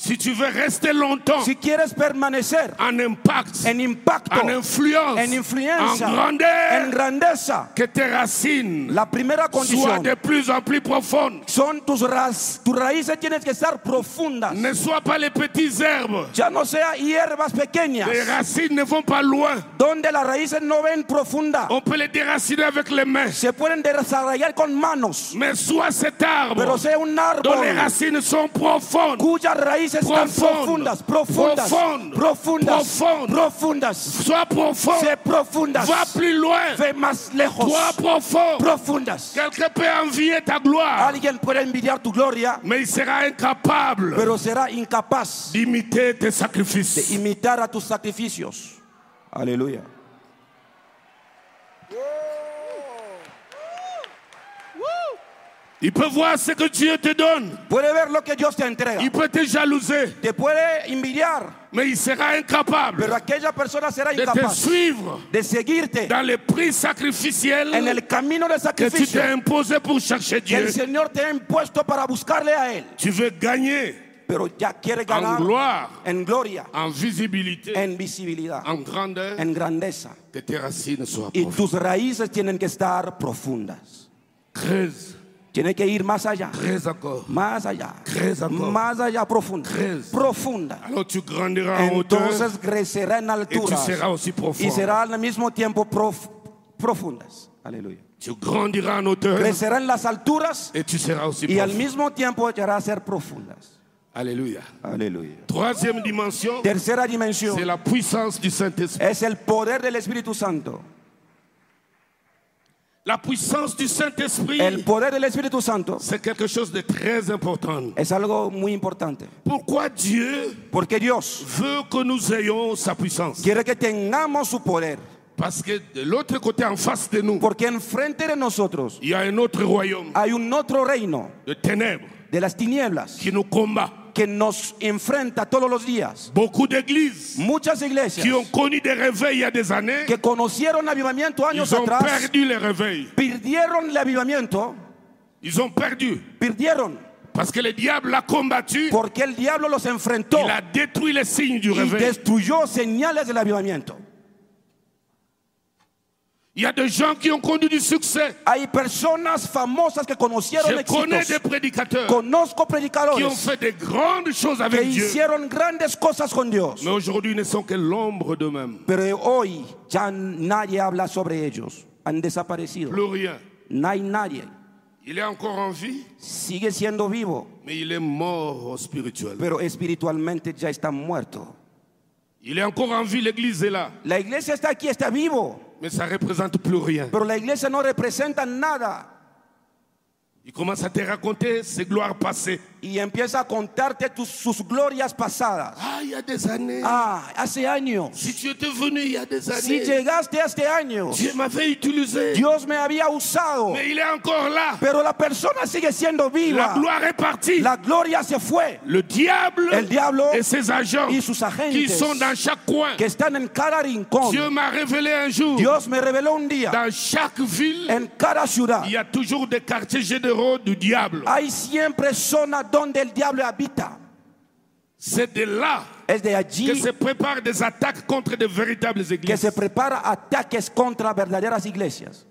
Speaker 1: Si tu veux rester longtemps
Speaker 2: si quieres permanecer
Speaker 1: en impact,
Speaker 2: en impacto,
Speaker 1: en influence,
Speaker 2: en influencia,
Speaker 1: en grandeur,
Speaker 2: en grandeza.
Speaker 1: que tes racines
Speaker 2: La primera
Speaker 1: soient
Speaker 2: condición
Speaker 1: de plus en plus profondes.
Speaker 2: son tus, raz- tus raíces tienen que estar profundas.
Speaker 1: Ne sois pas les petites herbes.
Speaker 2: Ya no sea hierbas pequeñas,
Speaker 1: Les racines ne vont pas loin.
Speaker 2: donde las raíces no ven profunda.
Speaker 1: On peut les déraciner avec les mains.
Speaker 2: Se pueden desarrollar con manos,
Speaker 1: Mais sois cet arbre
Speaker 2: pero sea un
Speaker 1: dont
Speaker 2: árbol
Speaker 1: les racines sont profondes.
Speaker 2: cuyas raíces están
Speaker 1: Profundo.
Speaker 2: profundas, profundas,
Speaker 1: Profundo.
Speaker 2: profundas,
Speaker 1: Profundo.
Speaker 2: profundas,
Speaker 1: Sois profond.
Speaker 2: sé profundas,
Speaker 1: Va plus loin.
Speaker 2: ve más lejos,
Speaker 1: Sois profond.
Speaker 2: profundas.
Speaker 1: Quelqu'un peut envier ta gloire,
Speaker 2: Alguien puede envidiar tu gloria,
Speaker 1: mais il sera incapable
Speaker 2: pero será incapaz
Speaker 1: d'imiter tes
Speaker 2: de
Speaker 1: sacrifices.
Speaker 2: imitar a tus sacrificios. Aleluya.
Speaker 1: Il peut voir ce que Dieu te donne.
Speaker 2: Puede ver lo que Dios te entrega.
Speaker 1: Il peut te jalouser,
Speaker 2: Te puede envidiar,
Speaker 1: mais il sera incapable
Speaker 2: pero aquella persona será
Speaker 1: de te
Speaker 2: incapaz
Speaker 1: suivre
Speaker 2: de seguirte
Speaker 1: dans les prix sacrificiels
Speaker 2: en el camino de
Speaker 1: que tu
Speaker 2: sacrificio
Speaker 1: t'es imposé pour chercher
Speaker 2: que
Speaker 1: Dieu.
Speaker 2: el Señor te ha impuesto para buscarle a Él.
Speaker 1: Tu veux gagner
Speaker 2: Pero ya quiere
Speaker 1: en
Speaker 2: ganar
Speaker 1: gloire,
Speaker 2: en gloria,
Speaker 1: en visibilité,
Speaker 2: en visibilidad,
Speaker 1: en grandeur,
Speaker 2: en grandeza.
Speaker 1: que tes racines soient
Speaker 2: Y
Speaker 1: profondes.
Speaker 2: tus raíces tienen que estar profundas.
Speaker 1: Creuse,
Speaker 2: Tiene que ir más allá,
Speaker 1: creuse encore.
Speaker 2: más allá,
Speaker 1: Crece encore.
Speaker 2: más allá profunda,
Speaker 1: Crece. Ah,
Speaker 2: profunda.
Speaker 1: Alors tu grandiras en hauteur.
Speaker 2: Entonces crecerá en altura
Speaker 1: serás aussi profundo.
Speaker 2: y será al mismo tiempo prof- profundas. Aleluya.
Speaker 1: Tu grandiras en hauteur
Speaker 2: crecerá en las alturas
Speaker 1: et tu seras aussi
Speaker 2: y al
Speaker 1: profond.
Speaker 2: mismo tiempo llegará a ser profundas.
Speaker 1: Alléluia.
Speaker 2: Aleluya.
Speaker 1: Troisième dimension,
Speaker 2: Tercera
Speaker 1: c'est
Speaker 2: dimensión
Speaker 1: la puissance du Saint-Esprit.
Speaker 2: es el poder del Espíritu Santo.
Speaker 1: La puissance du Saint-Esprit,
Speaker 2: El poder del Espíritu Santo
Speaker 1: c'est quelque chose de très important.
Speaker 2: es algo muy importante.
Speaker 1: Pourquoi Dieu
Speaker 2: Porque Dios
Speaker 1: veut que nous ayons sa puissance
Speaker 2: quiere que tengamos su poder.
Speaker 1: Parce que de l'autre côté, en face de nous,
Speaker 2: Porque enfrente de nosotros
Speaker 1: il y a un autre royaume
Speaker 2: hay un otro reino
Speaker 1: de ténèbres
Speaker 2: de las tinieblas
Speaker 1: qui nous combat.
Speaker 2: que nos enfrenta todos los días.
Speaker 1: Beaucoup d'églises
Speaker 2: Muchas iglesias
Speaker 1: qui ont connu des réveils il y a des années,
Speaker 2: que conocieron avivamiento años
Speaker 1: ils ont
Speaker 2: atrás
Speaker 1: perdu les réveils.
Speaker 2: perdieron el avivamiento,
Speaker 1: Ils ont perdu.
Speaker 2: perdieron
Speaker 1: Parce que le diable l'a combattu.
Speaker 2: porque el diablo los enfrentó
Speaker 1: Il a détruit les signes du
Speaker 2: y
Speaker 1: réveil.
Speaker 2: destruyó señales del avivamiento.
Speaker 1: Il y a des gens qui ont connu du succès.
Speaker 2: Hay personas famosas que conocieron
Speaker 1: Je connais des
Speaker 2: éxitos.
Speaker 1: prédicateurs
Speaker 2: Conozco
Speaker 1: qui ont
Speaker 2: predicadores
Speaker 1: fait des grandes choses
Speaker 2: que
Speaker 1: avec Dieu.
Speaker 2: hicieron grandes cosas con Dios,
Speaker 1: Mais aujourd'hui, ils ne sont que l'ombre d'eux-mêmes.
Speaker 2: pero hoy ya nadie habla sobre ellos. Han desaparecido.
Speaker 1: Plus rien.
Speaker 2: No hay nadie.
Speaker 1: Il est encore en vie,
Speaker 2: Sigue siendo vivo,
Speaker 1: mais il est mort spirituel.
Speaker 2: pero espiritualmente ya está muerto.
Speaker 1: Il est encore en vie, l'église est là,
Speaker 2: La iglesia está aquí, está vivo,
Speaker 1: mais ça ne représente plus rien.
Speaker 2: pero la iglesia no representa nada.
Speaker 1: Il commence à te raconter ses gloires passées.
Speaker 2: y empieza a contarte tus- sus glorias pasadas.
Speaker 1: Ah, il y a des années.
Speaker 2: Ah, hace años.
Speaker 1: Si tu étais venu il y a des
Speaker 2: Si
Speaker 1: années,
Speaker 2: llegaste a este año,
Speaker 1: Dieu m'avait utilisé.
Speaker 2: Dios me había usado,
Speaker 1: Mais il est encore là.
Speaker 2: pero la persona sigue
Speaker 1: La
Speaker 2: siendo viva.
Speaker 1: gloire est partie.
Speaker 2: La gloria se fue.
Speaker 1: Le diable,
Speaker 2: El diablo
Speaker 1: et ses agents
Speaker 2: y sus agentes
Speaker 1: qui sont dans chaque coin.
Speaker 2: Que están en cada rincón.
Speaker 1: Dieu m'a révélé un jour,
Speaker 2: Dios me reveló un día,
Speaker 1: dans chaque ville,
Speaker 2: en cada ciudad,
Speaker 1: il y a toujours des quartiers généraux du diable.
Speaker 2: hay siempre zonas donde el diablo habita.
Speaker 1: C'est de là
Speaker 2: Es de
Speaker 1: que
Speaker 2: allí
Speaker 1: se préparent des attaques contre de véritables
Speaker 2: que se
Speaker 1: églises.
Speaker 2: prepara ataques contra verdaderas iglesias.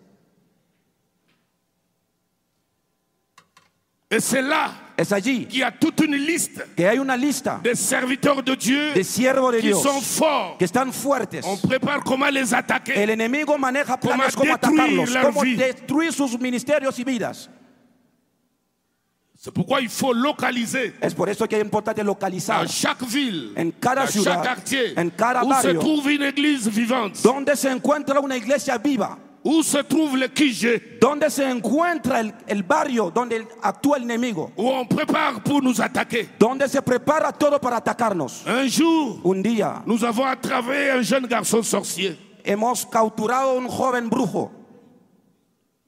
Speaker 1: Et c'est là
Speaker 2: Es allí
Speaker 1: qu'il y a toute une liste
Speaker 2: que hay una lista
Speaker 1: des serviteurs de Dieu
Speaker 2: de siervos de
Speaker 1: qui
Speaker 2: Dios
Speaker 1: sont forts.
Speaker 2: que están fuertes.
Speaker 1: On prépare comment les attaquer.
Speaker 2: El enemigo maneja
Speaker 1: Cómo
Speaker 2: planes como
Speaker 1: destruir
Speaker 2: atacarlos,
Speaker 1: la
Speaker 2: cómo
Speaker 1: vida.
Speaker 2: destruir sus ministerios y vidas.
Speaker 1: C'est pourquoi il faut localiser
Speaker 2: Es por eso que es importante
Speaker 1: dans
Speaker 2: localizar
Speaker 1: chaque ville,
Speaker 2: En cada
Speaker 1: dans
Speaker 2: ciudad,
Speaker 1: chaque quartier,
Speaker 2: en cada
Speaker 1: où se
Speaker 2: barrio.
Speaker 1: trouve une église vivante,
Speaker 2: dónde se encuentra una iglesia viva,
Speaker 1: où se trouve le QG,
Speaker 2: dónde se encuentra el, el barrio donde actúa el enemigo,
Speaker 1: où on prépare pour nous attaquer.
Speaker 2: dónde se prepara todo para atacarnos.
Speaker 1: Un jour,
Speaker 2: Un día
Speaker 1: nous avons attrapé un jeune garçon sorcier.
Speaker 2: hemos capturado a un joven brujo.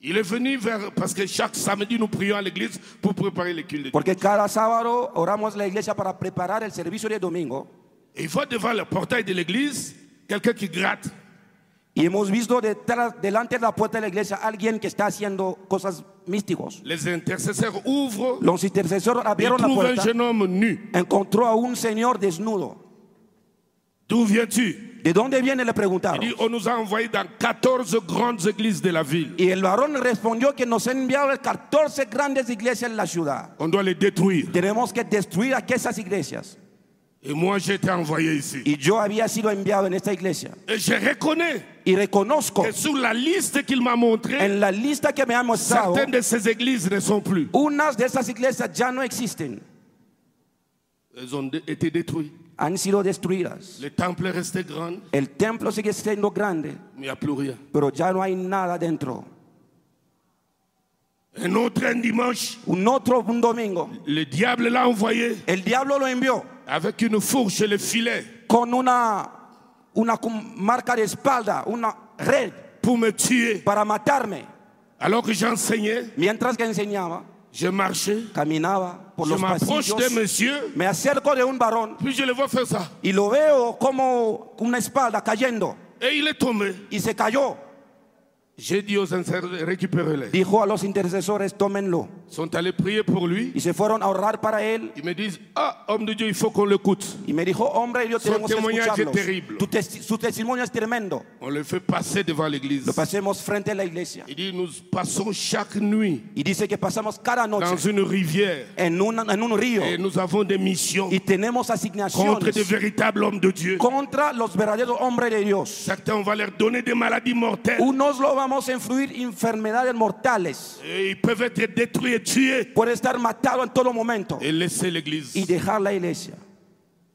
Speaker 1: Il est venu vers. Parce que chaque samedi, nous prions à l'église pour préparer les cultes.
Speaker 2: Porque cada sábado oramos la iglesia para preparar el servicio de domingo.
Speaker 1: Et il voit devant le portail de l'église quelqu'un qui gratte.
Speaker 2: Y hemos visto detrás, delante de la puerta de la iglesia alguien que está haciendo cosas místicos.
Speaker 1: Les intercesseurs ouvrent.
Speaker 2: Los intercesores
Speaker 1: Ils
Speaker 2: abrieron la
Speaker 1: trouvent un
Speaker 2: puerta.
Speaker 1: jeune homme nu.
Speaker 2: Encontró a un señor desnudo.
Speaker 1: D'où viens-tu
Speaker 2: ¿De dónde viene? Le
Speaker 1: Il
Speaker 2: preguntaron.
Speaker 1: dit On nous a envoyés dans 14 grandes églises de la ville.
Speaker 2: Y el varón respondió que nos han enviado las 14 grandes iglesias en la ciudad.
Speaker 1: On doit les détruire.
Speaker 2: Tenemos que destruir aquellas iglesias.
Speaker 1: Et moi, j'ai été envoyé ici.
Speaker 2: Y yo había sido enviado en esta iglesia.
Speaker 1: Et je reconnais
Speaker 2: Y reconozco
Speaker 1: que sur la liste qu'il m'a montrée,
Speaker 2: en la lista que me han mostrado,
Speaker 1: certaines de ces églises ne sont plus.
Speaker 2: unas de esas iglesias ya no existen.
Speaker 1: Elles ont dé- été détruites.
Speaker 2: Han sido destruidas.
Speaker 1: Le temple est resté grand, mais
Speaker 2: El templo sigue siendo grande,
Speaker 1: il n'y a plus rien.
Speaker 2: pero ya no hay nada dentro.
Speaker 1: Un autre, un dimanche,
Speaker 2: Un otro, un domingo,
Speaker 1: le diable l'a envoyé
Speaker 2: el diablo lo envió
Speaker 1: avec une fourche et le filet
Speaker 2: con una, una cum- marca de espalda, una red
Speaker 1: pour me tuer.
Speaker 2: para matarme.
Speaker 1: Alors que j'enseignais,
Speaker 2: Mientras que enseñaba,
Speaker 1: je marchais,
Speaker 2: caminaba por
Speaker 1: je
Speaker 2: los
Speaker 1: m'approche
Speaker 2: pasillos,
Speaker 1: d'un monsieur,
Speaker 2: me acerco de un varón
Speaker 1: puis je le vois faire ça.
Speaker 2: y lo veo como una espalda cayendo
Speaker 1: Et il est tombé.
Speaker 2: y se cayó.
Speaker 1: J'ai dit aux inserts, récupérez-les.
Speaker 2: Dijo a los intercesores, tómenlo.
Speaker 1: Ils sont allés prier pour lui.
Speaker 2: Y se fueron a orar para él.
Speaker 1: Ils me disent, ah, homme de Dieu, il faut qu'on l'écoute.
Speaker 2: Y me dijo, hombre, yo
Speaker 1: Su
Speaker 2: tenemos que
Speaker 1: testimonio es
Speaker 2: escucharlos.
Speaker 1: terrible.
Speaker 2: Tu testi- su testimonio es tremendo.
Speaker 1: On le fait passer devant l'église.
Speaker 2: Lo pasemos frente a la iglesia.
Speaker 1: Il dit, nous passons chaque nuit
Speaker 2: Y dice que pasamos cada
Speaker 1: dans
Speaker 2: noche
Speaker 1: une rivière
Speaker 2: en, una- en un río
Speaker 1: et nous avons des missions
Speaker 2: y tenemos
Speaker 1: contre de
Speaker 2: asignaciones
Speaker 1: véritables hommes de Dieu.
Speaker 2: contra los verdaderos hombres de Dios.
Speaker 1: Certains, on va leur donner des maladies mortelles.
Speaker 2: Unos lo vamos a influir enfermedades mortales.
Speaker 1: Et ils peuvent être détruits et tués.
Speaker 2: Puede estar matado en todo momento
Speaker 1: Et laisser l'église.
Speaker 2: y dejar la iglesia.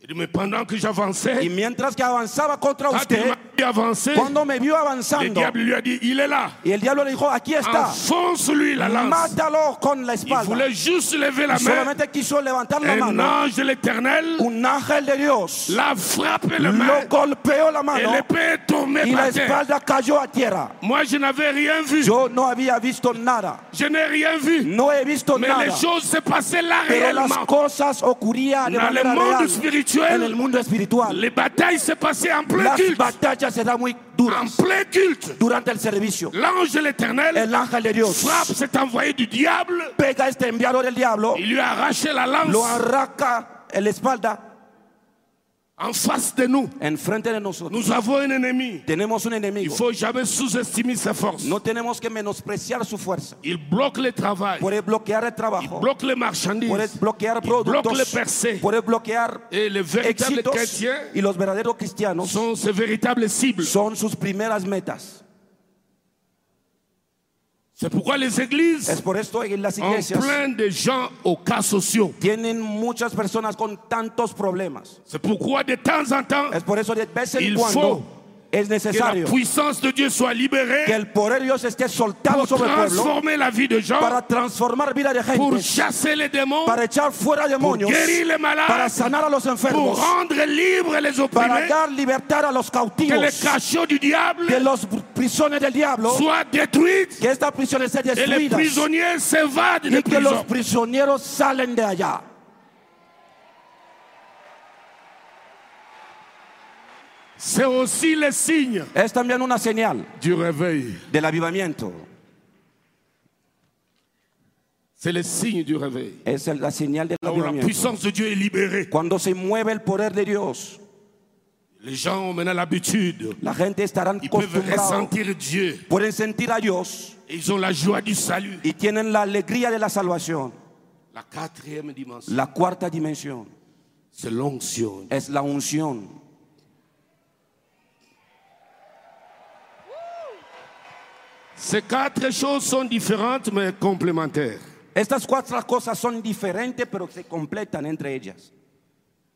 Speaker 1: Il dit, mais pendant que
Speaker 2: Y
Speaker 1: j'avançais,
Speaker 2: mientras que avanzaba contra
Speaker 1: quand il
Speaker 2: usted,
Speaker 1: m'a dit avancer,
Speaker 2: cuando me vio
Speaker 1: le
Speaker 2: avanzando,
Speaker 1: diable lui a dit, il est là.
Speaker 2: y el diablo le dijo, aquí está,
Speaker 1: Enfonce-lui la lance.
Speaker 2: mátalo con la
Speaker 1: Il
Speaker 2: espalda.
Speaker 1: voulait juste lever la main.
Speaker 2: Solamente quiso levantar la
Speaker 1: Un
Speaker 2: mano.
Speaker 1: ange de l'éternel
Speaker 2: Un ángel de Dios
Speaker 1: l'a frappé la main.
Speaker 2: lo golpeó la
Speaker 1: Et
Speaker 2: mano
Speaker 1: l'épée est tombée
Speaker 2: y la
Speaker 1: par terre.
Speaker 2: espalda cayó a tierra.
Speaker 1: Moi, je n'avais rien vu.
Speaker 2: Yo no había visto nada,
Speaker 1: Je n'ai rien vu.
Speaker 2: no he visto
Speaker 1: Mais les
Speaker 2: nada,
Speaker 1: choses se passaient là
Speaker 2: pero las
Speaker 1: réellement.
Speaker 2: cosas ocurrían de
Speaker 1: Dans le
Speaker 2: manera
Speaker 1: monde
Speaker 2: real en el
Speaker 1: spirituel,
Speaker 2: mundo espiritual.
Speaker 1: les batailles se passaient en plein
Speaker 2: Las
Speaker 1: culte.
Speaker 2: batallas eran muy
Speaker 1: En
Speaker 2: duras
Speaker 1: plein culte.
Speaker 2: durante el servicio.
Speaker 1: L'ange de l'éternel
Speaker 2: El ángel de Dios
Speaker 1: frappe cet envoyé du diable.
Speaker 2: pega a este enviado del diablo,
Speaker 1: Il lui a arraché la
Speaker 2: lo
Speaker 1: lance
Speaker 2: arranca en la espalda
Speaker 1: en face de nous.
Speaker 2: enfrente de nosotros.
Speaker 1: Nous avons un ennemi.
Speaker 2: Tenemos un
Speaker 1: Il ne
Speaker 2: enemigo,
Speaker 1: faut jamais sous-estimer sa force.
Speaker 2: no tenemos que menospreciar su fuerza.
Speaker 1: Il bloque le travail.
Speaker 2: Puede bloquear el
Speaker 1: Il
Speaker 2: trabajo,
Speaker 1: bloque les marchandises.
Speaker 2: puede bloquear
Speaker 1: Il bloque les
Speaker 2: productos,
Speaker 1: percées.
Speaker 2: puede bloquear
Speaker 1: Et les véritables
Speaker 2: éxitos
Speaker 1: chrétiens
Speaker 2: y los verdaderos cristianos
Speaker 1: sont ses véritables cibles.
Speaker 2: son sus primeras metas.
Speaker 1: C'est pourquoi les
Speaker 2: Es
Speaker 1: églises
Speaker 2: por esto que las
Speaker 1: ont
Speaker 2: iglesias
Speaker 1: plein de gens aux cas sociaux.
Speaker 2: tienen muchas personas con tantos problemas.
Speaker 1: C'est pourquoi de temps en temps,
Speaker 2: Es por eso de vez en
Speaker 1: Il
Speaker 2: cuando
Speaker 1: faut
Speaker 2: es
Speaker 1: que la
Speaker 2: necesario
Speaker 1: puissance de Dieu soit
Speaker 2: que
Speaker 1: libérée
Speaker 2: el poder de Dios esté
Speaker 1: pour
Speaker 2: soltado sobre el pueblo
Speaker 1: transformer la vie de gens,
Speaker 2: para transformar vida de
Speaker 1: pour
Speaker 2: gente,
Speaker 1: chasser les démons,
Speaker 2: para echar fuera
Speaker 1: pour
Speaker 2: demonios,
Speaker 1: guérir les
Speaker 2: para
Speaker 1: malades,
Speaker 2: sanar a los
Speaker 1: pour
Speaker 2: enfermos,
Speaker 1: rendre libres les
Speaker 2: para
Speaker 1: opprimés,
Speaker 2: dar libertad a los
Speaker 1: que les
Speaker 2: cautivos
Speaker 1: cachots du
Speaker 2: de
Speaker 1: diable
Speaker 2: los prisiones del diablo,
Speaker 1: soient détruits
Speaker 2: que estas prisiones sean
Speaker 1: et les
Speaker 2: destruidas
Speaker 1: prisonniers s'évadent des
Speaker 2: y que los
Speaker 1: prisons.
Speaker 2: prisioneros salen de allá.
Speaker 1: C'est aussi le signe
Speaker 2: Es también una señal
Speaker 1: du réveil.
Speaker 2: del avivamiento.
Speaker 1: C'est le signe du réveil.
Speaker 2: Es el- la señal del
Speaker 1: Là où la
Speaker 2: avivamiento.
Speaker 1: puissance de Dieu est libérée.
Speaker 2: Cuando se mueve el poder de Dios,
Speaker 1: Les gens ont maintenant l'habitude.
Speaker 2: la gente estará
Speaker 1: Ils peuvent
Speaker 2: acostumbrada.
Speaker 1: ressentir Dieu.
Speaker 2: Pueden sentir a Dios
Speaker 1: Ils ont la joie du salut.
Speaker 2: y tienen la alegría de la salvación.
Speaker 1: La quatrième dimension,
Speaker 2: La cuarta dimensión
Speaker 1: c'est l'onction.
Speaker 2: es la unción.
Speaker 1: Ces quatre choses sont différentes mais complémentaires.
Speaker 2: Estas cuatro cosas son diferentes, pero se completan entre ellas.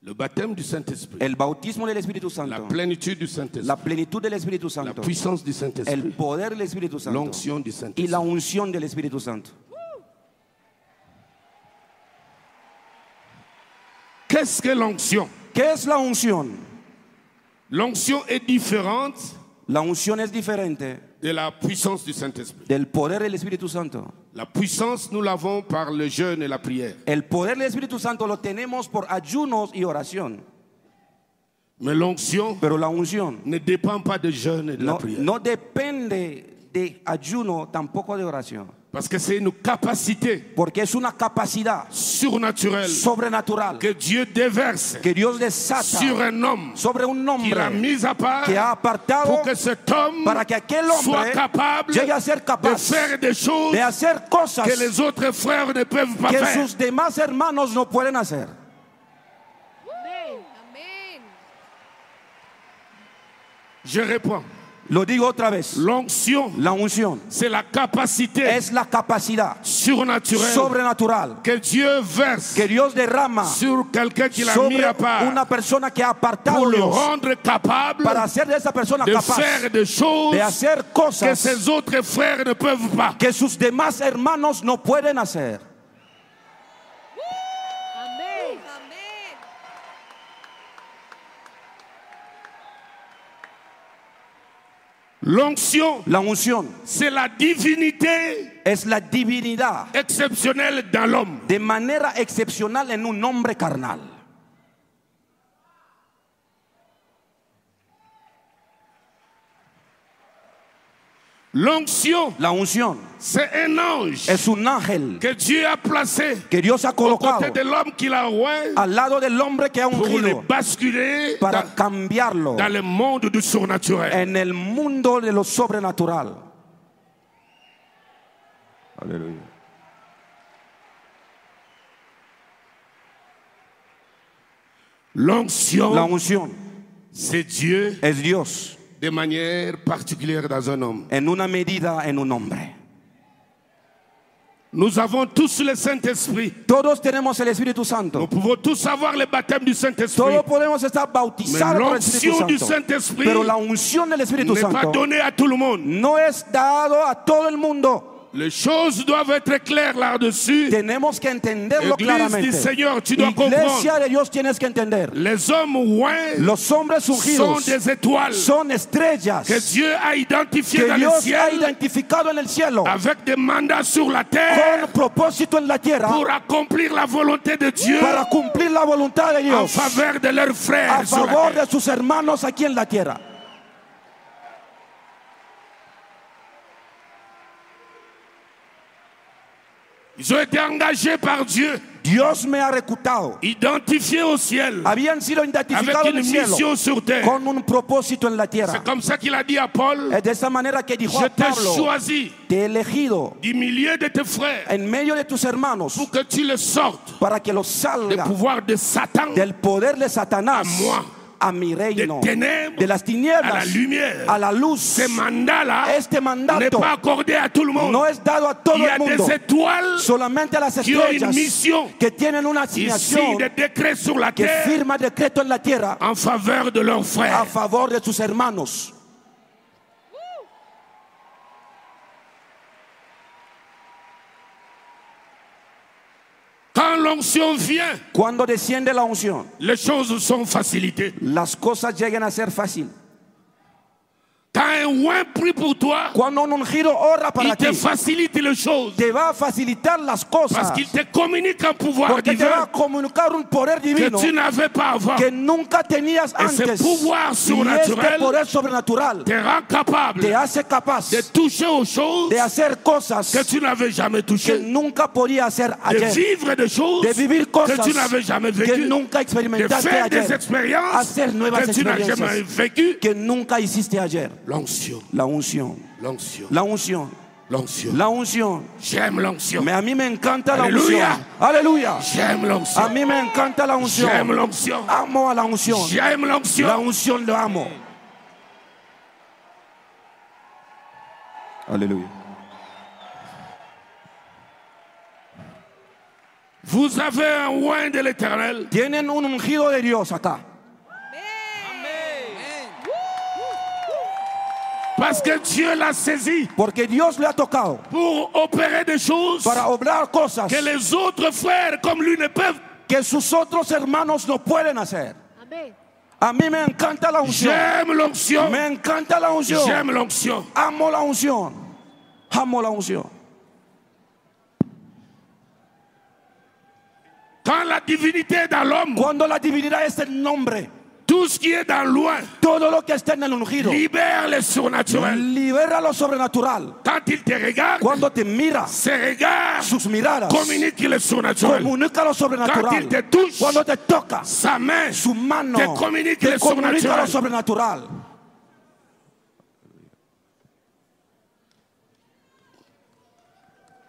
Speaker 1: Le baptême du Saint-Esprit,
Speaker 2: El bautismo del Espíritu
Speaker 1: la
Speaker 2: Santo,
Speaker 1: plénitude du Saint-Esprit,
Speaker 2: la plenitud del Espíritu
Speaker 1: la
Speaker 2: Santo,
Speaker 1: puissance du
Speaker 2: el
Speaker 1: Saint-Esprit,
Speaker 2: poder del Espíritu Santo
Speaker 1: l'onction du
Speaker 2: y
Speaker 1: Saint-Esprit.
Speaker 2: la unción del Espíritu Santo.
Speaker 1: Qu'est-ce que l'onction
Speaker 2: ¿Qué es la unción?
Speaker 1: L'onction est différente
Speaker 2: La unción es diferente
Speaker 1: de la puissance du Saint-Esprit.
Speaker 2: del poder del Espíritu Santo.
Speaker 1: La puissance, nous l'avons par le jeûne et la prière.
Speaker 2: El poder del Espíritu Santo lo tenemos por ayunos y oración,
Speaker 1: Mais l'onction
Speaker 2: pero la unción
Speaker 1: ne dépend pas de jeûne et de la
Speaker 2: no,
Speaker 1: prière.
Speaker 2: no depende de ayuno, tampoco de oración,
Speaker 1: Parce que c'est une capacité
Speaker 2: porque es una capacidad
Speaker 1: surnaturelle
Speaker 2: sobrenatural
Speaker 1: que Dieu déverse
Speaker 2: que Dios desata
Speaker 1: sur un homme
Speaker 2: sobre un
Speaker 1: qu'il a
Speaker 2: hombre
Speaker 1: mis à part
Speaker 2: que ha
Speaker 1: pour
Speaker 2: apartado
Speaker 1: que cet homme
Speaker 2: para que aquel
Speaker 1: soit
Speaker 2: hombre
Speaker 1: capable
Speaker 2: llegue a ser
Speaker 1: de
Speaker 2: capaz
Speaker 1: faire des choses
Speaker 2: de hacer cosas
Speaker 1: que les autres frères ne peuvent pas
Speaker 2: que
Speaker 1: faire.
Speaker 2: sus demás hermanos no pueden hacer.
Speaker 4: Amén.
Speaker 1: Je réponds,
Speaker 2: Lo digo otra vez,
Speaker 1: l'onction,
Speaker 2: la unción
Speaker 1: c'est la capacité
Speaker 2: es la capacidad
Speaker 1: surnaturelle
Speaker 2: sobrenatural
Speaker 1: que Dieu verse
Speaker 2: que Dios derrama
Speaker 1: sur quelqu'un qu'il a mis
Speaker 2: sobre
Speaker 1: à part
Speaker 2: una persona que ha
Speaker 1: pour
Speaker 2: apartado
Speaker 1: le
Speaker 2: Dios
Speaker 1: rendre capable
Speaker 2: para hacer de esa persona
Speaker 1: de
Speaker 2: capaz
Speaker 1: faire des choses
Speaker 2: de hacer
Speaker 1: que
Speaker 2: cosas
Speaker 1: ses autres frères ne peuvent pas.
Speaker 2: que sus demás hermanos no pueden hacer.
Speaker 4: Amén. Amén.
Speaker 1: L'onction,
Speaker 2: La unción
Speaker 1: c'est la divinité
Speaker 2: es la divinidad
Speaker 1: exceptionnelle dans l'homme.
Speaker 2: de manera excepcional en un hombre carnal.
Speaker 1: L'onction,
Speaker 2: La unción
Speaker 1: c'est un ange
Speaker 2: es un ángel
Speaker 1: que Dieu a placé
Speaker 2: que Dios ha
Speaker 1: aux
Speaker 2: colocado
Speaker 1: côtés de l'homme qu'il a oint
Speaker 2: al lado del hombre que ha
Speaker 1: pour le
Speaker 2: ungido
Speaker 1: basculer
Speaker 2: para
Speaker 1: dans,
Speaker 2: cambiarlo
Speaker 1: dans le monde du surnaturel.
Speaker 2: en el mundo de lo sobrenatural.
Speaker 3: Aleluya.
Speaker 2: La
Speaker 1: L'onction,
Speaker 2: unción
Speaker 1: c'est Dieu
Speaker 2: es Dios
Speaker 1: de manière particulière dans un homme.
Speaker 2: en una medida en un hombre.
Speaker 1: Nous avons tous le Saint-Esprit.
Speaker 2: Todos tenemos el Espíritu
Speaker 1: Nous
Speaker 2: Santo.
Speaker 1: pouvons tous avoir le baptême du Saint-Esprit.
Speaker 2: Todos podemos estar bautizados
Speaker 1: Pero
Speaker 2: por
Speaker 1: la
Speaker 2: el Espíritu
Speaker 1: unción
Speaker 2: Santo.
Speaker 1: del Saint-Esprit
Speaker 2: Pero la unción del Espíritu
Speaker 1: N'est pas
Speaker 2: Santo
Speaker 1: donné à tout le monde.
Speaker 2: no es dado a todo el mundo.
Speaker 1: Les choses doivent être claires là-dessus.
Speaker 2: Tenemos que entenderlo
Speaker 1: Iglesia
Speaker 2: claramente.
Speaker 1: del Señor, tú no
Speaker 2: Iglesia
Speaker 1: comprendes.
Speaker 2: de Dios tienes que entender.
Speaker 1: Les hommes ouins
Speaker 2: Los hombres
Speaker 1: sont
Speaker 2: ungidos
Speaker 1: des étoiles
Speaker 2: son estrellas
Speaker 1: que Dieu a identifiées
Speaker 2: que
Speaker 1: dans le
Speaker 2: Dios ha
Speaker 1: ciel
Speaker 2: identificado en el cielo
Speaker 1: avec des mandats sur la terre
Speaker 2: con propósito en la tierra
Speaker 1: pour accomplir la volonté de Dieu
Speaker 2: para cumplir la voluntad de
Speaker 1: en
Speaker 2: Dios
Speaker 1: faveur de leurs
Speaker 2: a
Speaker 1: frères. sur la
Speaker 2: favor
Speaker 1: terre.
Speaker 2: de sus hermanos aquí en la tierra.
Speaker 1: Ils ont été engagés par Dieu,
Speaker 2: Dios me ha reclutado.
Speaker 1: identifiés au ciel
Speaker 2: Habían sido
Speaker 1: avec
Speaker 2: identificados en
Speaker 1: une
Speaker 2: el cielo
Speaker 1: mission sur terre.
Speaker 2: con un propósito en la tierra.
Speaker 1: C'est comme ça qu'il a dit à Paul
Speaker 2: Es de esa manera que dijo
Speaker 1: Je
Speaker 2: a
Speaker 1: t'ai
Speaker 2: Pablo,
Speaker 1: choisi
Speaker 2: te he elegido
Speaker 1: du milieu de tes frères
Speaker 2: en medio de tus hermanos
Speaker 1: pour que tu le sortes
Speaker 2: para que los
Speaker 1: des
Speaker 2: salga
Speaker 1: pouvoirs de Satan
Speaker 2: del poder de Satanás
Speaker 1: A moi.
Speaker 2: a mi reino,
Speaker 1: ténèbres
Speaker 2: de las tinieblas
Speaker 1: à la lumière.
Speaker 2: a la luz.
Speaker 1: Ce mandat-là
Speaker 2: Este mandato
Speaker 1: n'est pas accordé à tout le monde.
Speaker 2: No es dado a todo
Speaker 1: Il y a
Speaker 2: el mundo,
Speaker 1: des étoiles
Speaker 2: solamente a las
Speaker 1: qui ont une
Speaker 2: estrellas
Speaker 1: mission.
Speaker 2: que tienen una
Speaker 1: Ils signent
Speaker 2: asignación
Speaker 1: des décrets sur la
Speaker 2: que
Speaker 1: terre
Speaker 2: firma decreto en la tierra
Speaker 1: en faveur de leurs
Speaker 2: a
Speaker 1: frères.
Speaker 2: favor de sus hermanos.
Speaker 1: Quand l'onction vient,
Speaker 2: Cuando desciende la unción,
Speaker 1: les choses sont facilitées.
Speaker 2: las cosas llegan a ser fácil.
Speaker 1: T'as un ouin pris pour toi,
Speaker 2: Cuando un ungido ora
Speaker 1: il
Speaker 2: para
Speaker 1: te
Speaker 2: ti,
Speaker 1: facilite les choses
Speaker 2: te va a facilitar las
Speaker 1: parce
Speaker 2: cosas
Speaker 1: qu'il te communique un pouvoir
Speaker 2: porque te va
Speaker 1: divin
Speaker 2: a comunicar un poder
Speaker 1: que
Speaker 2: divino
Speaker 1: tu n'avais pas avant.
Speaker 2: que nunca tenías
Speaker 1: Ese
Speaker 2: antes.
Speaker 1: pouvoir
Speaker 2: Y este
Speaker 1: surnaturel
Speaker 2: poder sobrenatural
Speaker 1: Te rend capable
Speaker 2: te hace capaz
Speaker 1: de toucher aux choses
Speaker 2: de hacer cosas
Speaker 1: que tu n'avais jamais
Speaker 2: que
Speaker 1: touchées,
Speaker 2: nunca podía hacer
Speaker 1: de
Speaker 2: ayer.
Speaker 1: vivre des choses
Speaker 2: de vivir cosas
Speaker 1: que tu n'avais jamais
Speaker 2: que
Speaker 1: vécues,
Speaker 2: nunca
Speaker 1: de
Speaker 2: experimentaste
Speaker 1: faire des
Speaker 2: ayer,
Speaker 1: expériences
Speaker 2: hacer nuevas
Speaker 1: que tu n'as jamais
Speaker 2: experiencias
Speaker 1: vécues.
Speaker 2: que nunca hiciste ayer.
Speaker 1: L'onction,
Speaker 2: La unción,
Speaker 1: l'onction,
Speaker 2: la unción,
Speaker 1: l'onction.
Speaker 2: la unción.
Speaker 1: J'aime l'onction.
Speaker 2: Me- a mí me encanta la
Speaker 1: Aleluya.
Speaker 2: unción. Aleluya.
Speaker 1: J'aime
Speaker 2: A
Speaker 1: l'onction.
Speaker 2: mí me encanta la
Speaker 1: J'aime
Speaker 2: unción.
Speaker 1: l'onction.
Speaker 2: Amo a la unción.
Speaker 1: J'aime
Speaker 2: La
Speaker 1: l'onction.
Speaker 2: unción lo amo.
Speaker 3: Aleluya.
Speaker 1: Vous avez un oin de l'éternel.
Speaker 2: Tienen un ungido de Dios acá.
Speaker 1: Parce que Dieu l'a saisi
Speaker 2: Porque Dios le ha tocado
Speaker 1: pour opérer des choses
Speaker 2: para obrar cosas
Speaker 1: que les autres frères comme lui ne peuvent.
Speaker 2: que sus otros hermanos no pueden hacer.
Speaker 4: Amén.
Speaker 2: A mí me encanta la unción.
Speaker 1: J'aime l'onction.
Speaker 2: Me encanta la unción.
Speaker 1: J'aime l'onction.
Speaker 2: Amo la unción. Amo la unción.
Speaker 1: Quand la divinité est dans l'homme,
Speaker 2: Cuando la divinidad es el nombre,
Speaker 1: tout ce qui est dans loin
Speaker 2: todo lo que está en el ungido
Speaker 1: libère le surnaturel.
Speaker 2: libera lo sobrenatural.
Speaker 1: Quand il te regarde,
Speaker 2: Cuando te mira,
Speaker 1: ses regards
Speaker 2: sus miradas
Speaker 1: communiquent le surnaturel.
Speaker 2: comunica lo
Speaker 1: Quand
Speaker 2: sobrenatural.
Speaker 1: il te touche,
Speaker 2: Cuando te toca,
Speaker 1: Sa main
Speaker 2: su mano
Speaker 1: te communique
Speaker 2: te
Speaker 1: le
Speaker 2: comunica lo
Speaker 1: surnaturel.
Speaker 2: sobrenatural.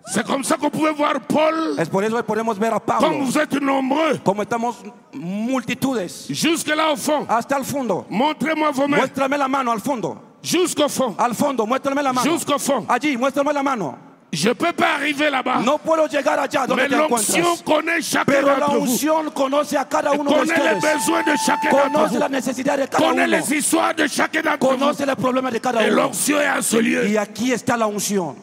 Speaker 1: C'est comme ça qu'on pouvait voir Paul,
Speaker 2: Es por eso que podemos ver a
Speaker 1: comme
Speaker 2: Pablo,
Speaker 1: vous êtes nombreux,
Speaker 2: como estamos multitudes,
Speaker 1: jusque là au fond.
Speaker 2: hasta el fondo.
Speaker 1: Montrez-moi vos mains,
Speaker 2: Muéstrame la mano al fondo,
Speaker 1: jusqu'au fond.
Speaker 2: al fondo, muéstrame la mano.
Speaker 1: Jusqu'au fond.
Speaker 2: Allí, muéstrame la mano.
Speaker 1: Je peux pas arriver là-bas,
Speaker 2: No puedo llegar allá donde
Speaker 1: mais
Speaker 2: te
Speaker 1: l'onction
Speaker 2: encuentras.
Speaker 1: connaît chacun
Speaker 2: Pero la
Speaker 1: d'entre vous,
Speaker 2: unción conoce a cada uno de
Speaker 1: connaît les
Speaker 2: ustedes.
Speaker 1: besoins de chacun d'entre
Speaker 2: Conoce
Speaker 1: vous,
Speaker 2: la necesidad de cada
Speaker 1: connaît
Speaker 2: uno.
Speaker 1: les histoires de chacun d'entre vous.
Speaker 2: Conoce los problemas de cada
Speaker 1: Et
Speaker 2: uno.
Speaker 1: l'onction est à ce lieu.
Speaker 2: Y aquí está la unción.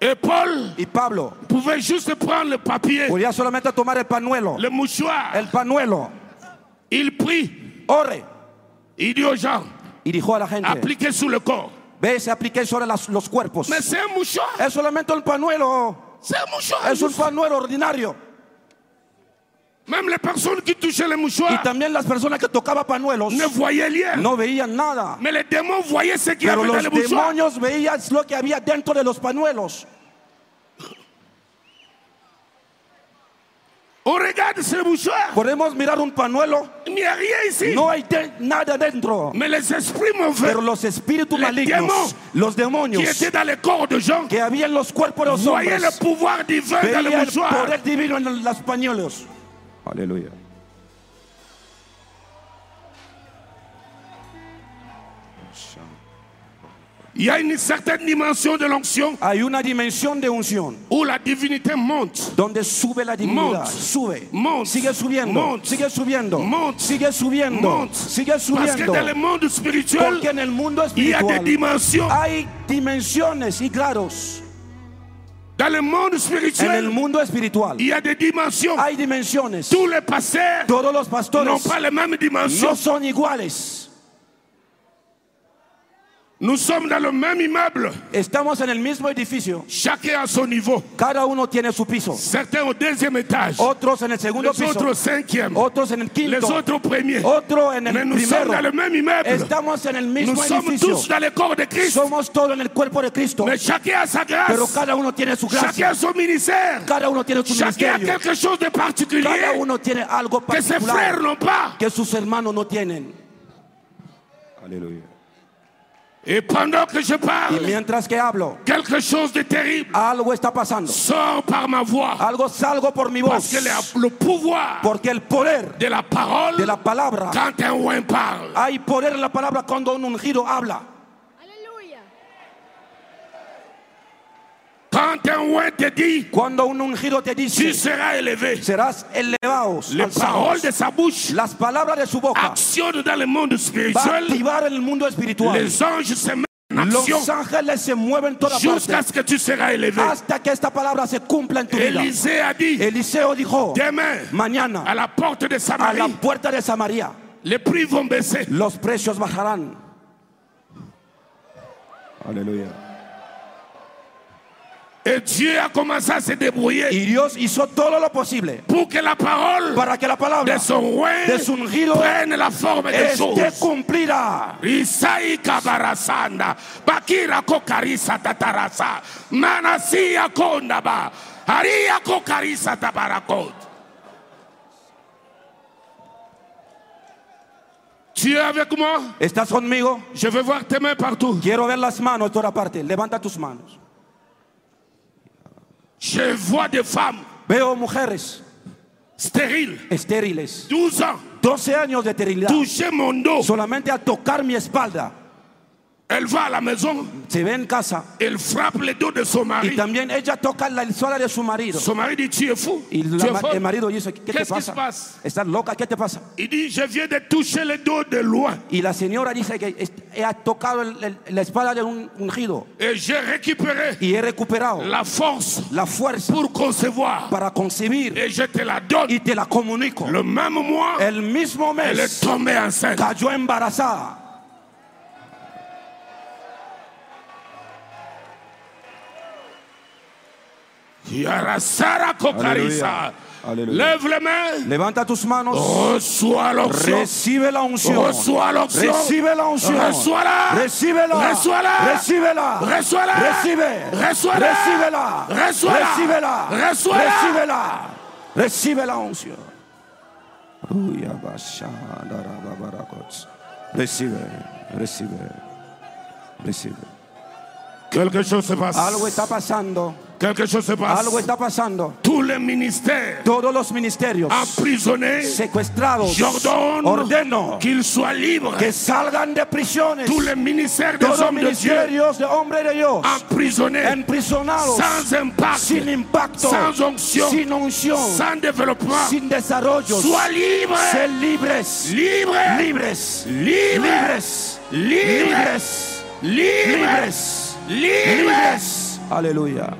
Speaker 1: Et Paul
Speaker 2: Y Pablo
Speaker 1: pouvait juste prendre le papier,
Speaker 2: podía solamente tomar el panuelo.
Speaker 1: le mouchoir.
Speaker 2: El panuelo.
Speaker 1: Il prie,
Speaker 2: Ore.
Speaker 1: il dit aux gens,
Speaker 2: Y dijo a la gente:
Speaker 1: appliquez sur le corps.
Speaker 2: Ve, se aplique sobre las- los cuerpos.
Speaker 1: Mais c'est un mouchoir,
Speaker 2: Es solamente un panuelo.
Speaker 1: c'est un mouchoir.
Speaker 2: Es un panuelo ordinario.
Speaker 1: Même les personnes qui touchaient les
Speaker 2: Y
Speaker 1: mouchoirs
Speaker 2: también las personas que tocaban panuelos
Speaker 1: Ah. ne voyaient rien.
Speaker 2: no veían nada.
Speaker 1: Mais les démons voyaient ce qu'il y
Speaker 2: Pero
Speaker 1: avait dans
Speaker 2: los
Speaker 1: les mouchoirs.
Speaker 2: demonios veían lo que había dentro de los panuelos.
Speaker 1: On regarde ce mouchoir,
Speaker 2: Podemos mirar un panuelo.
Speaker 1: il n'y a rien ici.
Speaker 2: No hay de- nada dentro.
Speaker 1: Mais les esprits mauvais
Speaker 2: Pero los espíritus
Speaker 1: Le
Speaker 2: malignos,
Speaker 1: diablo
Speaker 2: los
Speaker 1: qui
Speaker 2: demonios
Speaker 1: étaient dans les corps de gens
Speaker 2: que habían los cuerpos de los
Speaker 1: voyaient
Speaker 2: hombres,
Speaker 1: le pouvoir divin dans les
Speaker 2: veían el
Speaker 1: mouchoirs.
Speaker 2: poder divino en los pañuelos.
Speaker 3: Aleluya.
Speaker 1: Il y a une certaine dimension de l'onction
Speaker 2: Hay una dimensión de unción
Speaker 1: où la divinité monte.
Speaker 2: donde sube la divinidad.
Speaker 1: Monte.
Speaker 2: Sube.
Speaker 1: Monte.
Speaker 2: Sigue subiendo.
Speaker 1: Monte.
Speaker 2: Sigue subiendo.
Speaker 1: Monte.
Speaker 2: Sigue subiendo.
Speaker 1: Monte.
Speaker 2: Sigue
Speaker 1: Parce que
Speaker 2: subiendo.
Speaker 1: dans le monde spirituel,
Speaker 2: Porque en el mundo
Speaker 1: il y a des
Speaker 2: espiritual
Speaker 1: dimensions.
Speaker 2: hay dimensiones y grados.
Speaker 1: Dans le monde
Speaker 2: En el
Speaker 1: spirituel,
Speaker 2: mundo espiritual
Speaker 1: il y a des dimensions.
Speaker 2: hay dimensiones.
Speaker 1: Tous les pasteurs
Speaker 2: Todos los
Speaker 1: n'ont
Speaker 2: pastores
Speaker 1: pas les mêmes dimensions.
Speaker 2: no son iguales.
Speaker 1: Nous sommes dans le même immeuble.
Speaker 2: Estamos en el mismo edificio.
Speaker 1: Chacun à son niveau.
Speaker 2: Cada uno tiene su piso.
Speaker 1: Certains au deuxième étage.
Speaker 2: Otros en el segundo
Speaker 1: les autres au
Speaker 2: piso.
Speaker 1: cinquième.
Speaker 2: Otros en el
Speaker 1: les
Speaker 2: quinto.
Speaker 1: autres au premier.
Speaker 2: Otro en
Speaker 1: Mais
Speaker 2: el
Speaker 1: nous sommes dans le
Speaker 2: primero.
Speaker 1: même immeuble.
Speaker 2: Estamos en el
Speaker 1: nous
Speaker 2: mismo
Speaker 1: sommes tous
Speaker 2: edificio.
Speaker 1: dans le corps de Christ.
Speaker 2: Somos todos en el cuerpo de Cristo.
Speaker 1: mais chacun a sa grâce.
Speaker 2: Pero cada uno tiene su
Speaker 1: Chacun
Speaker 2: gracia.
Speaker 1: a son ministère.
Speaker 2: Cada uno tiene su
Speaker 1: Chacun a
Speaker 2: ministerio.
Speaker 1: quelque chose de
Speaker 2: Cada
Speaker 1: particulier
Speaker 2: uno tiene algo
Speaker 1: que ses frères
Speaker 2: particular
Speaker 1: n'ont pas.
Speaker 2: que sus hermanos no tienen.
Speaker 3: Alléluia.
Speaker 1: Et pendant que je
Speaker 2: Y
Speaker 1: parle,
Speaker 2: mientras que hablo,
Speaker 1: quelque chose de terrible
Speaker 2: algo está pasando.
Speaker 1: sort par ma voix.
Speaker 2: Algo salgo por mi
Speaker 1: Parce
Speaker 2: voz.
Speaker 1: que le, le pouvoir
Speaker 2: Porque el poder
Speaker 1: de la parole,
Speaker 2: de la palabra,
Speaker 1: quand un ouin parle,
Speaker 2: hay poder en la palabra cuando un ungido habla.
Speaker 4: Aleluya.
Speaker 1: quand un ouin te dit,
Speaker 2: Cuando un ungido te
Speaker 1: tu
Speaker 2: dice,
Speaker 1: seras élevé.
Speaker 2: serás elevados.
Speaker 1: Les paroles
Speaker 2: alzados.
Speaker 1: de sa bouche
Speaker 2: Las palabras de su boca
Speaker 1: actionnent dans le monde
Speaker 2: va a
Speaker 1: spirituel.
Speaker 2: activar el mundo espiritual.
Speaker 1: Les anges se mettent en action
Speaker 2: Los ángeles se mueven toda
Speaker 1: jusqu'à
Speaker 2: parte
Speaker 1: ce que tu seras élevé.
Speaker 2: hasta que esta palabra se cumpla en tu vida.
Speaker 1: Élisée a dit,
Speaker 2: Eliseo dijo,
Speaker 1: demain, à
Speaker 2: mañana
Speaker 1: la porte de
Speaker 2: a la
Speaker 1: Samarie,
Speaker 2: puerta de Samaria
Speaker 1: les prix vont baisser.
Speaker 2: los precios bajarán.
Speaker 3: Alléluia.
Speaker 1: Et Dieu a commencé à se débrouiller
Speaker 2: Y Dios hizo todo lo posible
Speaker 1: pour que la parole
Speaker 2: para que la
Speaker 1: de
Speaker 2: palabra
Speaker 1: son roi
Speaker 2: de su ungido
Speaker 1: prenne la forme des
Speaker 2: esté
Speaker 1: choses.
Speaker 2: cumplida.
Speaker 1: Isai kabarasanda, bakira kokarisa tatarasa, manasiya kondaba, haria kokarisa tabarakot. Tu es avec moi?
Speaker 2: ¿Estás conmigo?
Speaker 1: Je veux voir tes mains partout.
Speaker 2: Quiero ver las manos toda parte. Levanta tus manos.
Speaker 1: Je vois des femmes
Speaker 2: Veo mujeres
Speaker 1: stériles,
Speaker 2: estériles.
Speaker 1: 12 ans,
Speaker 2: 12 años de esterilidad.
Speaker 1: toucher mon dos.
Speaker 2: Solamente al tocar mi espalda,
Speaker 1: Elle va à la maison,
Speaker 2: se ve en casa.
Speaker 1: elle frappe le dos de son
Speaker 2: Y
Speaker 1: mari.
Speaker 2: también ella toca la suela de su marido.
Speaker 1: Son mari dit Tu es fou.
Speaker 2: Y
Speaker 1: Tu
Speaker 2: la
Speaker 1: es
Speaker 2: ma-
Speaker 1: folle.
Speaker 2: el marido dice, ¿qué
Speaker 1: Qu'est-ce
Speaker 2: te
Speaker 1: qui se passe
Speaker 2: pasa? ¿Estás loca? ¿Qué te pasa?
Speaker 1: Il dit Je viens de toucher le dos de loin.
Speaker 2: Y la señora dice que est- ha tocado el- el- la espada de un ungido
Speaker 1: Et j'ai récupéré
Speaker 2: y he recuperado
Speaker 1: la force
Speaker 2: la fuerza
Speaker 1: pour concevoir.
Speaker 2: para concebir
Speaker 1: Et je te la donne.
Speaker 2: y te la comunico.
Speaker 1: Le même mois,
Speaker 2: El mismo
Speaker 1: elle est
Speaker 2: mes
Speaker 1: tombée enceinte.
Speaker 2: cayó embarazada.
Speaker 1: Yarasara Kokarisa.
Speaker 3: Alléluia.
Speaker 1: Lève les mains.
Speaker 2: Levanta tus
Speaker 1: Oh.
Speaker 2: manos.
Speaker 1: Reçois l'onction.
Speaker 2: Recibe la unción.
Speaker 1: Reçois l'onction.
Speaker 2: Recibe la unción.
Speaker 1: Reçois-la.
Speaker 2: Recíbela.
Speaker 1: Reçois-la.
Speaker 2: Recíbela.
Speaker 1: Reçois-la.
Speaker 2: Recibe.
Speaker 1: Reçois-la.
Speaker 2: Recíbela.
Speaker 1: Reçois-la.
Speaker 2: Recíbela.
Speaker 1: Reçois-la.
Speaker 2: Recíbela. Recibe la unción.
Speaker 3: Recibe, recibe, recibe.
Speaker 1: Quelque chose se passe.
Speaker 2: Algo está pasando.
Speaker 1: Quelque chose se passe.
Speaker 2: Algo está pasando.
Speaker 1: Tous les ministères
Speaker 2: Todos los ministerios
Speaker 1: emprisonnés,
Speaker 2: secuestrados.
Speaker 1: j'ordonne
Speaker 2: Ordeno
Speaker 1: qu'ils soient libres.
Speaker 2: que salgan de prisiones.
Speaker 1: Tous les ministères des
Speaker 2: Todos los
Speaker 1: hommes de Dieu
Speaker 2: ministerios de hombre de Dios
Speaker 1: emprisonnés,
Speaker 2: emprisionados
Speaker 1: sans impact,
Speaker 2: sin impacto,
Speaker 1: sans onction,
Speaker 2: sin unción,
Speaker 1: sans développement,
Speaker 2: sin desarrollo.
Speaker 1: soient libres.
Speaker 2: Ser libres,
Speaker 1: Libres. Libres.
Speaker 2: libres, libres, libres,
Speaker 1: Libres.
Speaker 2: libres,
Speaker 1: Libres.
Speaker 2: libres. Aleluya.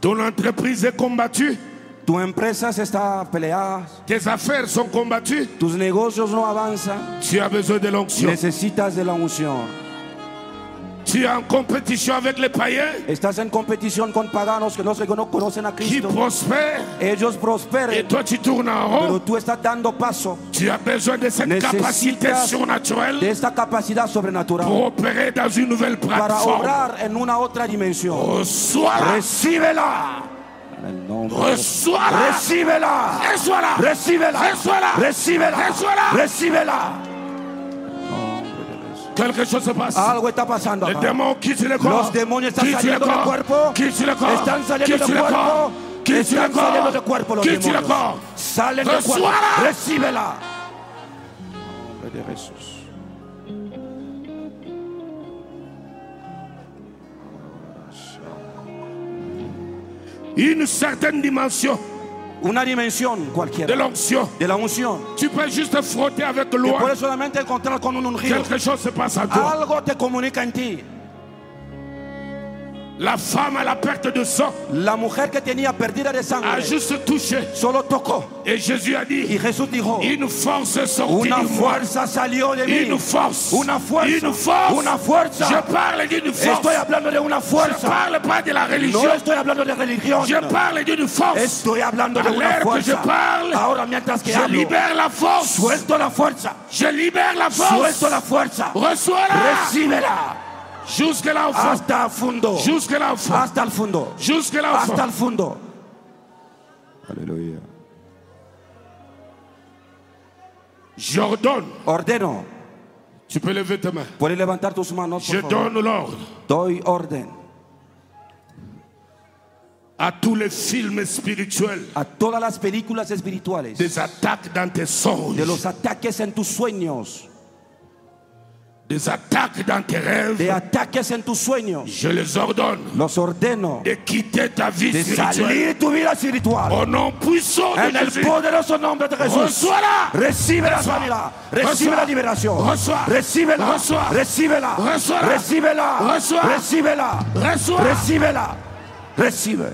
Speaker 1: Ton entreprise est combattue.
Speaker 2: Tu empresa se está peleada,
Speaker 1: Tes affaires sont combattues.
Speaker 2: tus negocios no avanzan,
Speaker 1: Tu as besoin de l'onction.
Speaker 2: necesitas de la unción.
Speaker 1: Tu es en compétition avec les païens
Speaker 2: Estás en competición con paganos que no se- no conocen a
Speaker 1: qui
Speaker 2: Cristo.
Speaker 1: prospèrent.
Speaker 2: Ellos
Speaker 1: Et
Speaker 2: prosperen,
Speaker 1: toi, tu tournes en rond.
Speaker 2: pero tú estás dando paso
Speaker 1: Tu as besoin de cette
Speaker 2: Necesitas
Speaker 1: capacité
Speaker 2: de
Speaker 1: surnaturelle
Speaker 2: esta capacidad sobrenatural.
Speaker 1: pour opérer dans une nouvelle
Speaker 2: para
Speaker 1: plateforme.
Speaker 2: obrar en una otra dimensión.
Speaker 1: Reçois-la.
Speaker 2: Recíbela,
Speaker 3: En el nombre
Speaker 1: Reçois-la.
Speaker 2: recíbela,
Speaker 1: Reçois-la.
Speaker 2: recíbela,
Speaker 1: Reçois-la.
Speaker 2: recíbela,
Speaker 1: Reçois-la.
Speaker 2: recíbela.
Speaker 1: Quelque chose se passe.
Speaker 2: Algo está pasando.
Speaker 1: Les
Speaker 2: acá.
Speaker 1: démons quittent le corps.
Speaker 2: Ah. Los demonios están
Speaker 1: Quittent
Speaker 2: saliendo
Speaker 1: le
Speaker 2: del
Speaker 1: corps.
Speaker 2: cuerpo.
Speaker 1: Quittent le corps.
Speaker 2: Están saliendo
Speaker 1: Quittent
Speaker 2: del
Speaker 1: le
Speaker 2: cuerpo.
Speaker 1: corps. Quittent le
Speaker 2: Están
Speaker 1: corps.
Speaker 2: saliendo del cuerpo los
Speaker 1: Quittent le
Speaker 2: demonios.
Speaker 1: corps.
Speaker 2: Salen del cuerpo.
Speaker 1: Resuela.
Speaker 2: Recíbela.
Speaker 3: de Jesús.
Speaker 1: Une certaine dimension
Speaker 2: Una dimensión
Speaker 1: de
Speaker 2: cualquiera
Speaker 1: l'onction.
Speaker 2: de la unción.
Speaker 1: Tu peux juste frotter avec
Speaker 2: Te
Speaker 1: l'eau.
Speaker 2: puedes solamente encontrar con un ungido.
Speaker 1: Quelque chose se passe à toi.
Speaker 2: Algo te comunica en ti.
Speaker 1: La femme à la perte de sang
Speaker 2: La mujer que tenía perdida de
Speaker 1: a
Speaker 2: sangre
Speaker 1: juste touché.
Speaker 2: solo tocó.
Speaker 1: Et Jésus a
Speaker 2: Y
Speaker 1: dit,
Speaker 2: Jesús dijo,
Speaker 1: une force est sortie
Speaker 2: una
Speaker 1: de moi.
Speaker 2: fuerza salió de mí.
Speaker 1: Une force.
Speaker 2: Una fuerza.
Speaker 1: Une force.
Speaker 2: Una fuerza.
Speaker 1: Je parle d'une force.
Speaker 2: Estoy hablando de una
Speaker 1: Je
Speaker 2: fuerza.
Speaker 1: parle pas de la religion.
Speaker 2: No estoy hablando de religión.
Speaker 1: Je parle d'une force.
Speaker 2: Estoy hablando de
Speaker 1: A Ah,
Speaker 2: una
Speaker 1: l'air que je
Speaker 2: fuerza.
Speaker 1: parle,
Speaker 2: Ahora mientras que
Speaker 1: je
Speaker 2: hablo,
Speaker 1: libère la force.
Speaker 2: suelto la fuerza.
Speaker 1: Je libère la force.
Speaker 2: Suelto la fuerza.
Speaker 1: Reçois-la.
Speaker 2: Recíbela
Speaker 1: Jusque l'enfant.
Speaker 2: hasta el fondo.
Speaker 1: Jusque l'enfant.
Speaker 2: Hasta el fondo.
Speaker 1: Jusque
Speaker 2: Hasta
Speaker 1: l'enfant.
Speaker 2: el fondo.
Speaker 3: Aleluya.
Speaker 1: J'ordonne.
Speaker 2: Ordeno.
Speaker 1: Tu peux lever tes mains.
Speaker 2: Puedes levantar tus manos.
Speaker 1: Je
Speaker 2: Por favor.
Speaker 1: donne l'ordre
Speaker 2: Doy orden
Speaker 1: à tous les films spirituels
Speaker 2: a todas las películas espirituales
Speaker 1: des attaques dans tes songes,
Speaker 2: de los ataques en tus sueños,
Speaker 1: des attaques dans tes rêves.
Speaker 2: de ataques en tus sueños.
Speaker 1: Je les ordonne
Speaker 2: Los ordeno
Speaker 1: de quitter ta vie
Speaker 2: de
Speaker 1: spirituelle.
Speaker 2: salir tu vida espiritual.
Speaker 1: Au nom puissant de
Speaker 2: En el
Speaker 1: Jésus.
Speaker 2: poderoso nombre de Jesús.
Speaker 1: Reçois-la.
Speaker 2: Recibe la
Speaker 1: Reçois.
Speaker 2: sanidad. Recibe
Speaker 1: Reçois.
Speaker 2: la liberación.
Speaker 1: Reçois.
Speaker 2: Recíbela.
Speaker 1: Reçois.
Speaker 2: Recíbela.
Speaker 1: Reçois.
Speaker 2: Recíbela.
Speaker 1: Reçois.
Speaker 2: Recíbela.
Speaker 1: Reçois.
Speaker 2: Recíbela. Recibe.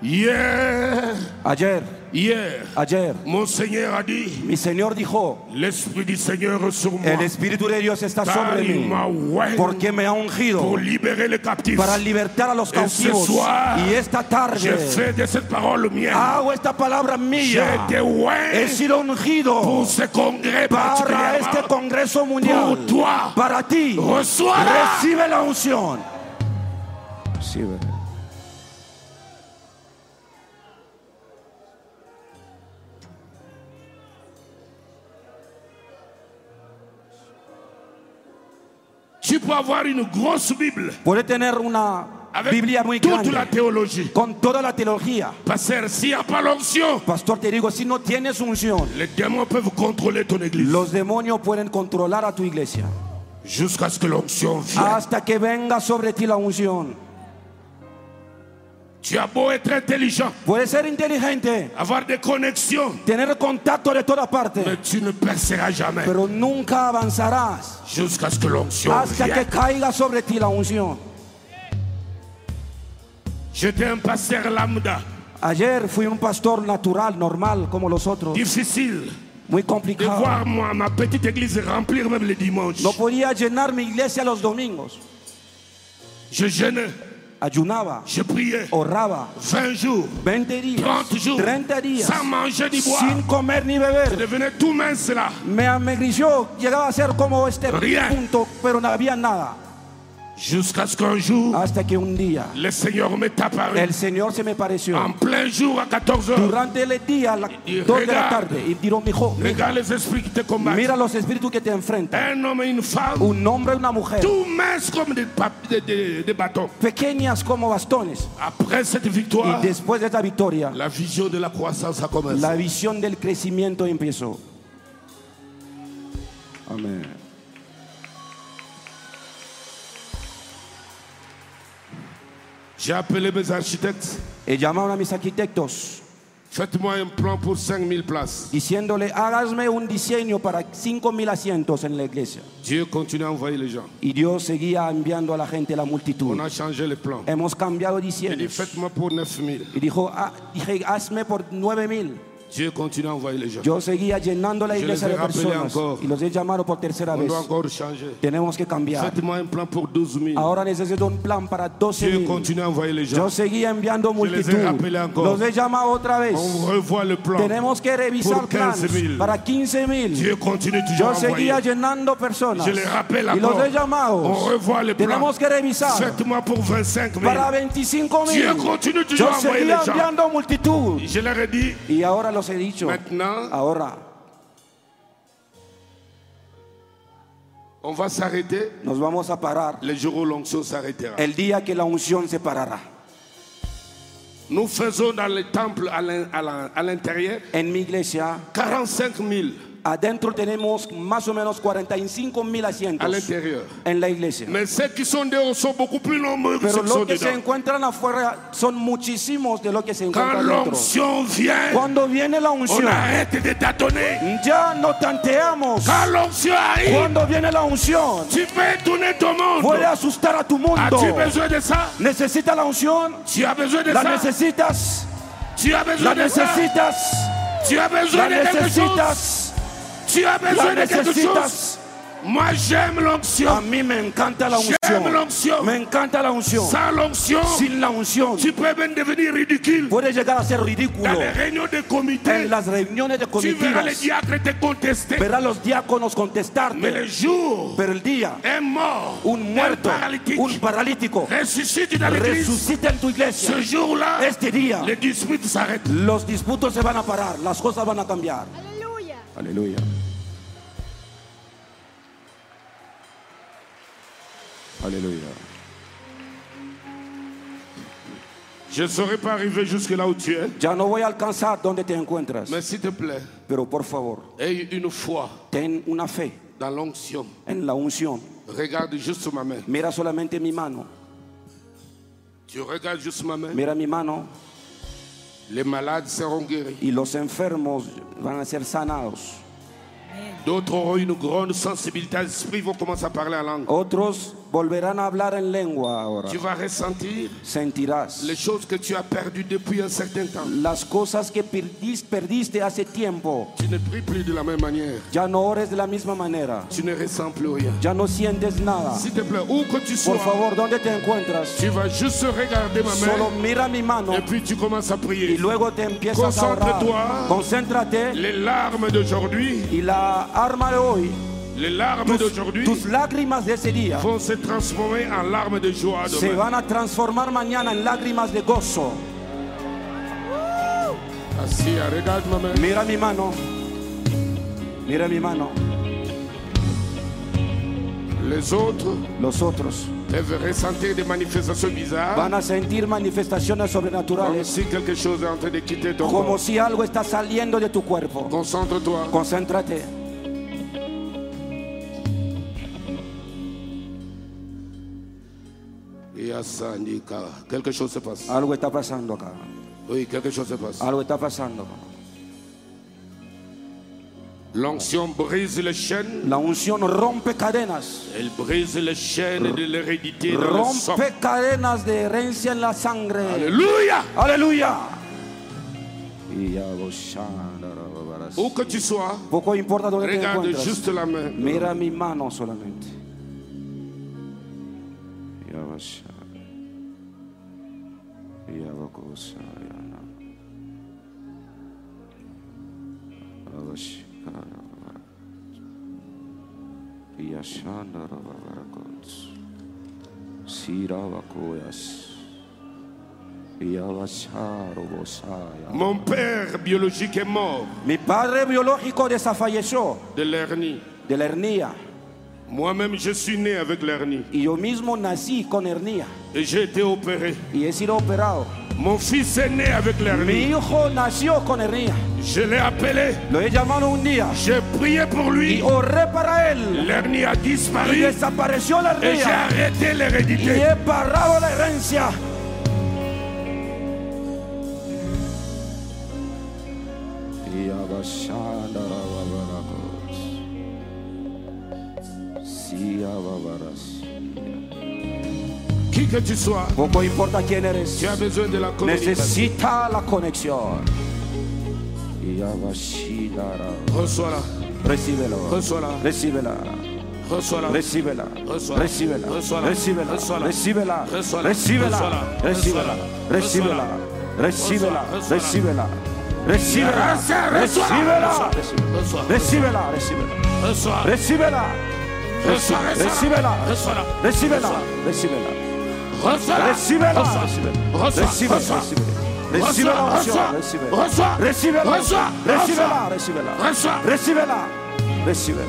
Speaker 1: Hier,
Speaker 2: Ayer,
Speaker 1: hier,
Speaker 2: ayer,
Speaker 1: mon Seigneur a dit,
Speaker 2: mi Señor dijo,
Speaker 1: l'Esprit du Seigneur est sur moi
Speaker 2: el Espíritu de Dios está
Speaker 1: car
Speaker 2: sobre
Speaker 1: il
Speaker 2: mí
Speaker 1: m'a oint
Speaker 2: porque me ha ungido
Speaker 1: pour libérer les captifs.
Speaker 2: para libertar a los
Speaker 1: Ese
Speaker 2: cautivos.
Speaker 1: soir,
Speaker 2: Y esta
Speaker 1: Je
Speaker 2: tarde
Speaker 1: fais de cette parole mienne.
Speaker 2: hago esta palabra
Speaker 1: J'ai
Speaker 2: mía.
Speaker 1: été
Speaker 2: He
Speaker 1: oint
Speaker 2: sido ungido
Speaker 1: pour ce congrès
Speaker 2: para
Speaker 1: particulièrement.
Speaker 2: este Congreso Mundial.
Speaker 1: Por toi.
Speaker 2: Para ti.
Speaker 1: Reçois-la.
Speaker 2: Recibe la unción.
Speaker 3: Recibe.
Speaker 1: Tu peux avoir une grosse Bible
Speaker 2: Puede tener una
Speaker 1: avec
Speaker 2: Biblia muy
Speaker 1: toute la
Speaker 2: grande
Speaker 1: théologie.
Speaker 2: con toda la teología.
Speaker 1: Pasteur, s'il n'y a pas l'onction,
Speaker 2: Pastor, te digo, si no tienes unción,
Speaker 1: les démons peuvent contrôler ton église
Speaker 2: los demonios pueden controlar a tu iglesia
Speaker 1: jusqu'à ce que l'onction vienne.
Speaker 2: hasta que venga sobre ti la unción.
Speaker 1: Tu as beau être intelligent,
Speaker 2: Puedes ser inteligente,
Speaker 1: avoir des connexions,
Speaker 2: tener contacto de todas partes,
Speaker 1: mais tu ne perceras jamais
Speaker 2: pero nunca avanzarás
Speaker 1: Ah, jusqu'à ce que l'onction
Speaker 2: hasta que
Speaker 1: vienne.
Speaker 2: caiga sobre ti la unción.
Speaker 1: J'étais un pasteur lambda,
Speaker 2: Ayer fui un pastor natural, normal, como los otros,
Speaker 1: difficile
Speaker 2: muy
Speaker 1: de
Speaker 2: complicado.
Speaker 1: voir moi, ma petite église remplir même les dimanches.
Speaker 2: No podía llenar mi iglesia los domingos.
Speaker 1: Je jeûnais,
Speaker 2: Ayunaba,
Speaker 1: je priais
Speaker 2: oraba,
Speaker 1: 20 jours,
Speaker 2: 20 días,
Speaker 1: 30 jours,
Speaker 2: 30 días,
Speaker 1: sans manger ni boire.
Speaker 2: sin comer ni
Speaker 1: Je
Speaker 2: beber.
Speaker 1: devenais tout mince là.
Speaker 2: Me amegrició, llegaba a ser como este
Speaker 1: Rien.
Speaker 2: punto, pero no había nada.
Speaker 1: Jusqu'à ce qu'un jour,
Speaker 2: Hasta que un día
Speaker 1: le Seigneur m'est apparu
Speaker 2: el Señor se me pareció.
Speaker 1: en plein jour à 14h.
Speaker 2: Durante el día, a las
Speaker 1: Y
Speaker 2: 2 de la
Speaker 1: regarde.
Speaker 2: tarde, y dijo, mijo, mija,
Speaker 1: Regarde les esprits qui te combattent.
Speaker 2: mira los espíritus que te enfrentan.
Speaker 1: Un homme et une femme,
Speaker 2: Un hombre y una mujer,
Speaker 1: tout mince comme des, pap- des- des- des bâtons.
Speaker 2: pequeñas como bastones.
Speaker 1: Après cette
Speaker 2: Y
Speaker 1: victoire,
Speaker 2: después de esta victoria,
Speaker 1: la vision de la croissance a commencé.
Speaker 2: la visión del crecimiento empezó.
Speaker 3: Amén.
Speaker 1: J'ai appelé mes architectes.
Speaker 2: He llamado a mis arquitectos
Speaker 1: Faites-moi un plan pour 5000 places.
Speaker 2: diciéndole, hágasme un diseño para 5.000 asientos en la iglesia.
Speaker 1: Dieu continue à envoyer les gens.
Speaker 2: Y Dios seguía enviando a la gente, la
Speaker 1: On
Speaker 2: multitud.
Speaker 1: a changé les plans.
Speaker 2: Hemos cambiado
Speaker 1: Il dit
Speaker 2: diseños.
Speaker 1: faites-moi pour 9000.
Speaker 2: Y dijo, "Ah", dije, hazme por 9.000.
Speaker 1: Dieu continue à envoyer les gens.
Speaker 2: Yo seguía llenando la
Speaker 1: Je
Speaker 2: iglesia
Speaker 1: les
Speaker 2: de
Speaker 1: he rappelé
Speaker 2: personas
Speaker 1: encore.
Speaker 2: y los he llamado por tercera
Speaker 1: On
Speaker 2: vez.
Speaker 1: doit encore changer.
Speaker 2: Tenemos que cambiar.
Speaker 1: Faites-moi un plan pour 12 000.
Speaker 2: Ahora necesito un plan para 12
Speaker 1: Dieu continue à envoyer les gens.
Speaker 2: Yo seguía enviando
Speaker 1: les he
Speaker 2: multitud.
Speaker 1: rappelé encore.
Speaker 2: Los he llamado otra vez.
Speaker 1: On revoit le plan.
Speaker 2: Tenemos que revisar
Speaker 1: Por 15
Speaker 2: planes
Speaker 1: 000.
Speaker 2: para 15 mil.
Speaker 1: Dieu continue toujours
Speaker 2: Yo
Speaker 1: à envoyer.
Speaker 2: seguía llenando personas
Speaker 1: Je les rappelle
Speaker 2: y los
Speaker 1: encore.
Speaker 2: he llamado.
Speaker 1: On revoit le plan.
Speaker 2: Tenemos que revisar
Speaker 1: Faites-moi pour 25 000.
Speaker 2: para 25
Speaker 1: Dieu
Speaker 2: mil.
Speaker 1: continue toujours
Speaker 2: Yo
Speaker 1: à envoyer les
Speaker 2: seguía
Speaker 1: gens.
Speaker 2: enviando multitud.
Speaker 1: Je leur ai dit
Speaker 2: Y ahora los he dicho.
Speaker 1: maintenant,
Speaker 2: Ahora
Speaker 1: on va s'arrêter
Speaker 2: nos vamos a parar
Speaker 1: les jours où l'onction s'arrêtera.
Speaker 2: el día que la unción se parará.
Speaker 1: Nous faisons dans le temple à l'in- à la- à l'intérieur
Speaker 2: En mi iglesia,
Speaker 1: 45 000
Speaker 2: adentro tenemos más o menos 45 mil
Speaker 1: à
Speaker 2: asientos
Speaker 1: l'intérieur.
Speaker 2: en la iglesia.
Speaker 1: Mais ceux qui sont dehors sont beaucoup plus nombreux que ceux
Speaker 2: Pero
Speaker 1: qui sont
Speaker 2: los que se
Speaker 1: dedans.
Speaker 2: encuentran afuera son muchísimos de los que se
Speaker 1: Quand
Speaker 2: encuentran dentro.
Speaker 1: l'onction vient,
Speaker 2: Cuando viene la
Speaker 1: on
Speaker 2: unción,
Speaker 1: arrête de tâtonner.
Speaker 2: ya no tanteamos.
Speaker 1: Quand l'onction arrive,
Speaker 2: Cuando viene la unción,
Speaker 1: tu peux tourner ton monde.
Speaker 2: puede asustar a tu mundo.
Speaker 1: As-tu besoin de ça
Speaker 2: ¿Necesitas la unción?
Speaker 1: Tu as besoin de
Speaker 2: ¿La
Speaker 1: ça
Speaker 2: necesitas?
Speaker 1: Tu as
Speaker 2: ¿La
Speaker 1: besoin de ça
Speaker 2: necesitas?
Speaker 1: Tu as
Speaker 2: ¿La
Speaker 1: besoin de quelque chose
Speaker 2: necesitas?
Speaker 1: Tu as
Speaker 2: ¿La
Speaker 1: besoin de quelque chose
Speaker 2: necesitas?
Speaker 1: Moi j'aime
Speaker 2: A
Speaker 1: l'onction.
Speaker 2: mí me encanta la
Speaker 1: J'aime
Speaker 2: unción.
Speaker 1: l'onction.
Speaker 2: Me encanta la unción.
Speaker 1: Sans l'onction,
Speaker 2: Sin la unción,
Speaker 1: tu peux même devenir ridicule.
Speaker 2: puede llegar a ser
Speaker 1: Dans
Speaker 2: ridículo.
Speaker 1: les réunions de comité,
Speaker 2: En las reuniones de
Speaker 1: tu verras les
Speaker 2: comitivas,
Speaker 1: diacres te contester.
Speaker 2: verás los
Speaker 1: Mais le
Speaker 2: diáconos contestarte.
Speaker 1: jour,
Speaker 2: Pero el día,
Speaker 1: un mort,
Speaker 2: un muerto,
Speaker 1: un paralytique,
Speaker 2: un paralítico,
Speaker 1: ressuscite dans l'église.
Speaker 2: resucita en tu iglesia.
Speaker 1: Ce jour-là,
Speaker 2: Este día,
Speaker 1: les disputes s'arrêtent.
Speaker 2: los disputos se van a parar, las cosas van a cambiar.
Speaker 4: Aleluya.
Speaker 2: Aleluya.
Speaker 3: Aleluya.
Speaker 1: Je ne saurais pas arriver jusque là où tu es.
Speaker 2: Ya no voy a alcanzar donde te encuentras,
Speaker 1: Mais s'il te plaît,
Speaker 2: pero por favor,
Speaker 1: aie une foi
Speaker 2: ten una fe
Speaker 1: dans l'onction.
Speaker 2: en la unción.
Speaker 1: Regarde juste ma main.
Speaker 2: Mira solamente mi mano,
Speaker 1: Tu regardes juste ma main.
Speaker 2: mira mi mano
Speaker 1: Les malades seront guéris.
Speaker 2: y los enfermos van a ser sanados.
Speaker 1: D'autres auront une grande sensibilité à l'esprit, ils vont commencer à parler en langue.
Speaker 2: Otros volverán a hablar en lengua ahora.
Speaker 1: Tu vas ressentir
Speaker 2: Sentirás
Speaker 1: les choses que tu as perdues depuis un certain temps.
Speaker 2: las cosas que perdis- perdiste hace tiempo.
Speaker 1: Tu ne pries plus de la même manière.
Speaker 2: Ya no ores de la misma manera.
Speaker 1: Tu ne ressens plus rien.
Speaker 2: Ya no sientes nada.
Speaker 1: S'il te plaît, où que tu sois,
Speaker 2: Por favor, ¿dónde te encuentras?
Speaker 1: tu vas juste regarder ma
Speaker 2: Solo
Speaker 1: main
Speaker 2: mira mi mano
Speaker 1: et puis tu commences à
Speaker 2: y
Speaker 1: prier.
Speaker 2: luego te empiezas a
Speaker 1: Concéntrate-toi.
Speaker 2: orar. Concéntrate
Speaker 1: Les larmes d'aujourd'hui,
Speaker 2: y la arma de hoy,
Speaker 1: les larmes
Speaker 2: tus,
Speaker 1: d'aujourd'hui
Speaker 2: tus lágrimas de ese día
Speaker 1: vont se transformer en larmes de joie
Speaker 2: se
Speaker 1: demain.
Speaker 2: van a transformar mañana en lágrimas de gozo.
Speaker 1: Assis, regarde ma main.
Speaker 2: Mira mi mano. Mira mi mano.
Speaker 1: Les autres
Speaker 2: Los otros
Speaker 1: peuvent ressentir des manifestations bizarres.
Speaker 2: van a sentir manifestaciones
Speaker 1: Comme
Speaker 2: sobrenaturales.
Speaker 1: si quelque chose est en train de quitter ton
Speaker 2: Como
Speaker 1: corps.
Speaker 2: si algo está saliendo de tu cuerpo.
Speaker 1: Concentre-toi.
Speaker 2: Concéntrate.
Speaker 1: Et à Sandika, quelque chose se passe.
Speaker 2: Algo está pasando acá.
Speaker 1: Oui, quelque chose se passe.
Speaker 2: Algo está pasando.
Speaker 1: L'onction brise les chaînes.
Speaker 2: La unción rompe cadenas.
Speaker 1: Elle brise les chaînes de l'hérédité dans le sang.
Speaker 2: Rompe cadenas de herencia en la sangre.
Speaker 1: Alléluia.
Speaker 2: Aleluya.
Speaker 1: Où que tu sois,
Speaker 2: Poco importa dónde te
Speaker 1: regarde juste
Speaker 2: encuentras.
Speaker 1: la main.
Speaker 2: Mira mi mano solamente.
Speaker 1: Mon père biologique est mort
Speaker 2: Mi padre biológico desafalleció
Speaker 1: de l'hernie.
Speaker 2: de la hernia
Speaker 1: Moi-même, je suis né avec l'hernie
Speaker 2: y yo mismo nací con hernia
Speaker 1: et j'ai été opéré.
Speaker 2: y he sido operado.
Speaker 1: Mon fils est né avec l'hernie.
Speaker 2: Mi hijo nació con hernia.
Speaker 1: Je l'ai appelé.
Speaker 2: Lo he llamado un día
Speaker 1: J'ai prié pour
Speaker 2: y
Speaker 1: lui.
Speaker 2: oré para él.
Speaker 1: L'hernie a
Speaker 2: Y
Speaker 1: disparu
Speaker 2: desapareció la
Speaker 1: et j'ai
Speaker 2: hernia
Speaker 1: arrêté
Speaker 2: y
Speaker 1: l'hérédité.
Speaker 2: he parado la herencia.
Speaker 1: Qui que tu sois,
Speaker 2: Poco importa quién eres.
Speaker 1: tu as besoin de la communication.
Speaker 2: Necesita la conexión.
Speaker 1: Reçois-la,
Speaker 2: Recíbelo.
Speaker 1: reçois-la,
Speaker 2: Recíbela.
Speaker 1: reçois-la.
Speaker 2: Recíbela.
Speaker 1: Reçois.
Speaker 2: Recíbela.
Speaker 1: Reçois-la.
Speaker 2: Recíbela.
Speaker 1: Reçois-la.
Speaker 2: Recíbela.
Speaker 1: Reçois-la.
Speaker 2: Recíbela.
Speaker 1: Reçois-la.
Speaker 2: Recíbela. Recíbela.
Speaker 1: Reçois-la.
Speaker 2: Recíbela.
Speaker 1: Reçois-la.
Speaker 2: Recíbela. Recíbela.
Speaker 1: Reçois-la.
Speaker 2: Recíbela.
Speaker 1: Reçois.
Speaker 2: Recíbela. Recíbela.
Speaker 1: Reçois,
Speaker 2: Recíbela.
Speaker 1: reçois,
Speaker 2: Recíbela.
Speaker 1: reçois-la. Reçois-la. Reçois.
Speaker 2: Recíbela. Recíbela. Recíbela. Recíbela.
Speaker 1: Reçois.
Speaker 2: Recíbela la unción.
Speaker 1: Reçois. Reçois.
Speaker 2: Recíbela. Recíbela.
Speaker 1: Reçois. Reçois.
Speaker 2: Recíbela. Recíbela. Recíbela. Recíbela.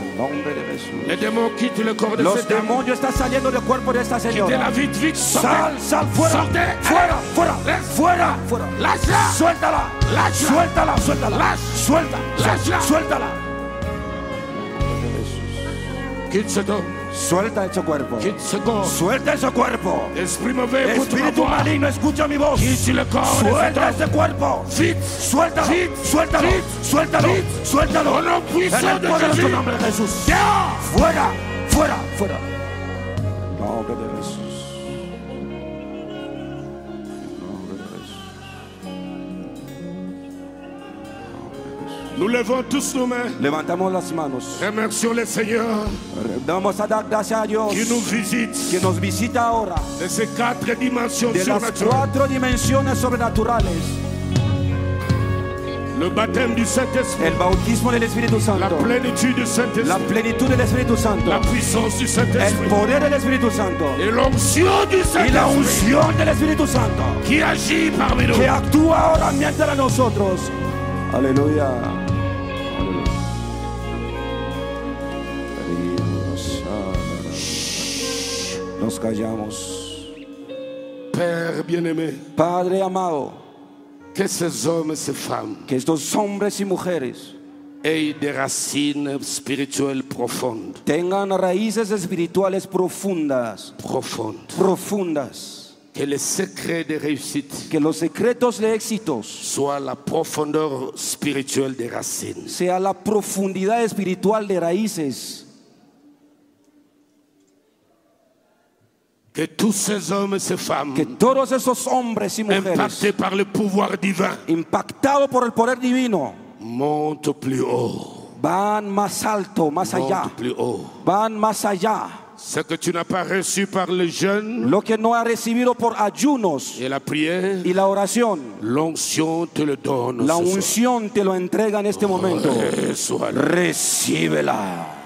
Speaker 2: En nombre de Jesús.
Speaker 6: Les démons quittent le corps de
Speaker 2: Los
Speaker 6: cette dame.
Speaker 2: demonios están saliendo del cuerpo de esta
Speaker 6: Quittez la
Speaker 2: señora.
Speaker 6: vite, vite, sortez.
Speaker 2: Sal, sal, fuera,
Speaker 6: Sortez.
Speaker 2: fuera,
Speaker 6: Allez.
Speaker 2: fuera,
Speaker 6: Laisse.
Speaker 2: fuera, fuera.
Speaker 6: Lâche-la.
Speaker 2: Suéltala,
Speaker 6: Lâche-la.
Speaker 2: suéltala, suéltala,
Speaker 6: Lâche.
Speaker 2: suelta,
Speaker 6: Lâche-la.
Speaker 2: suéltala.
Speaker 6: Quitte cet homme.
Speaker 2: Suelta ese cuerpo,
Speaker 6: Quitte ce corps.
Speaker 2: suelta ese cuerpo.
Speaker 6: Esprit mauvais, écoute ma
Speaker 2: Espíritu
Speaker 6: voix.
Speaker 2: maligno, escucha mi voz.
Speaker 6: Quitte le corps de cet
Speaker 2: Suelta
Speaker 6: homme.
Speaker 2: ese cuerpo,
Speaker 6: Vite.
Speaker 2: suéltalo,
Speaker 6: Sí.
Speaker 2: suéltalo,
Speaker 6: Sí.
Speaker 2: suéltalo,
Speaker 6: Sí.
Speaker 2: suéltalo.
Speaker 6: Au nom puissant
Speaker 2: En el
Speaker 6: de
Speaker 2: poderoso
Speaker 6: Jesús.
Speaker 2: nombre de Jesús.
Speaker 6: Dehors.
Speaker 2: Fuera, fuera, fuera. Nombre de Jesús. Nombre de Jesús.
Speaker 6: Nous levons tous nos mains.
Speaker 2: Levantamos las manos.
Speaker 6: Remercions le Seigneur
Speaker 2: Vamos a dar gracias a Dios
Speaker 6: qui nous visite
Speaker 2: que nos visita ahora
Speaker 6: de ces quatre dimensions
Speaker 2: de las
Speaker 6: surnaturelles.
Speaker 2: cuatro dimensiones sobrenaturales.
Speaker 6: Le baptême du Saint-Esprit.
Speaker 2: El bautismo del Espíritu
Speaker 6: La
Speaker 2: Santo.
Speaker 6: plénitude du
Speaker 2: La
Speaker 6: Saint-Esprit.
Speaker 2: plenitud del Espíritu Santo.
Speaker 6: La puissance du
Speaker 2: El
Speaker 6: Saint-Esprit.
Speaker 2: poder del Espíritu Santo.
Speaker 6: Et l'onction du
Speaker 2: Y la
Speaker 6: Saint-Esprit
Speaker 2: unción del Espíritu Santo.
Speaker 6: qui agit parmi nous.
Speaker 2: que actúa ahora mientras nosotros. Aleluya. Nos callamos.
Speaker 1: Père bien-aimé,
Speaker 2: Padre amado,
Speaker 1: que ces hommes et ces femmes
Speaker 2: que estos hombres y mujeres
Speaker 1: aient des racines spirituelles profondes,
Speaker 2: tengan raíces espirituales profundas,
Speaker 1: profondes.
Speaker 2: profundas,
Speaker 1: Que les secrets de réussite
Speaker 2: que los secretos de éxitos
Speaker 1: soient la profondeur spirituelle des racines.
Speaker 2: sea la profundidad espiritual de raíces,
Speaker 1: Que tous ces hommes et ces femmes,
Speaker 2: que todos esos hombres y mujeres
Speaker 1: impactés par le pouvoir divin,
Speaker 2: impactados por el poder divino
Speaker 1: montent plus haut.
Speaker 2: van más alto, más allá,
Speaker 1: Montent plus haut.
Speaker 2: van más allá.
Speaker 1: Ce que tu n'as pas reçu par le jeûne
Speaker 2: Lo que no ha recibido por ayunos
Speaker 1: et la prière,
Speaker 2: y la oración,
Speaker 1: l'onction te le donne.
Speaker 2: la
Speaker 1: ce soir.
Speaker 2: unción te lo entrega en este momento.
Speaker 1: Reçois-le.
Speaker 2: Recíbela.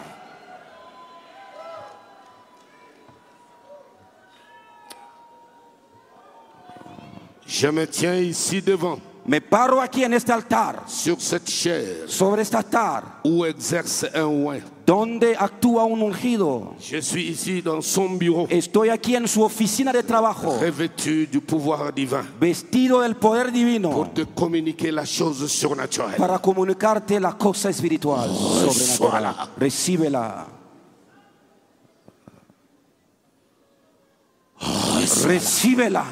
Speaker 1: Je me tiens ici devant,
Speaker 2: Me paro aquí en este altar,
Speaker 1: sur cette chair,
Speaker 2: sobre este altar,
Speaker 1: où exerce un ouin.
Speaker 2: donde actúa un ungido.
Speaker 1: Je suis ici dans son bureau,
Speaker 2: Estoy aquí en su oficina de trabajo,
Speaker 1: revêtu du pouvoir divin,
Speaker 2: vestido del poder divino,
Speaker 1: pour te communiquer la chose surnaturelle.
Speaker 2: para comunicarte la cosa espiritual, sobrenatural.
Speaker 1: Resuala.
Speaker 2: Recíbela. Recíbela.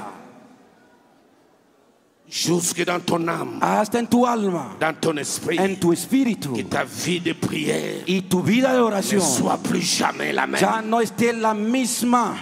Speaker 1: Jusque dans ton âme,
Speaker 2: hasta en tu alma,
Speaker 1: dans ton esprit,
Speaker 2: en tu espíritu
Speaker 1: que ta vie de prière
Speaker 2: y tu vida de
Speaker 1: ne
Speaker 2: oración
Speaker 1: soit plus jamais la même.
Speaker 2: ya no esté la misma.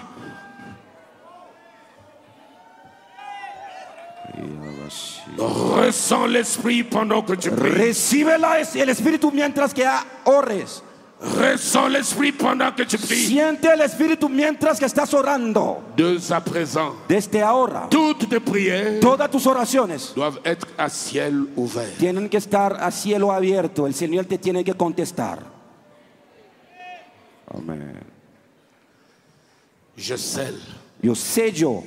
Speaker 1: Ressens l'esprit pendant que tu pries.
Speaker 2: Recibe la- el espíritu mientras que ores.
Speaker 1: Ressens l'esprit pendant que tu pries.
Speaker 2: Siente el espíritu mientras que estás orando.
Speaker 1: Deux à présent,
Speaker 2: Desde ahora,
Speaker 1: toutes tes prières
Speaker 2: todas tus oraciones
Speaker 1: doivent être à ciel ouvert.
Speaker 2: tienen que estar a cielo abierto. El Señor te tiene que contestar.
Speaker 7: Amén.
Speaker 1: Je scelle
Speaker 2: Yo sello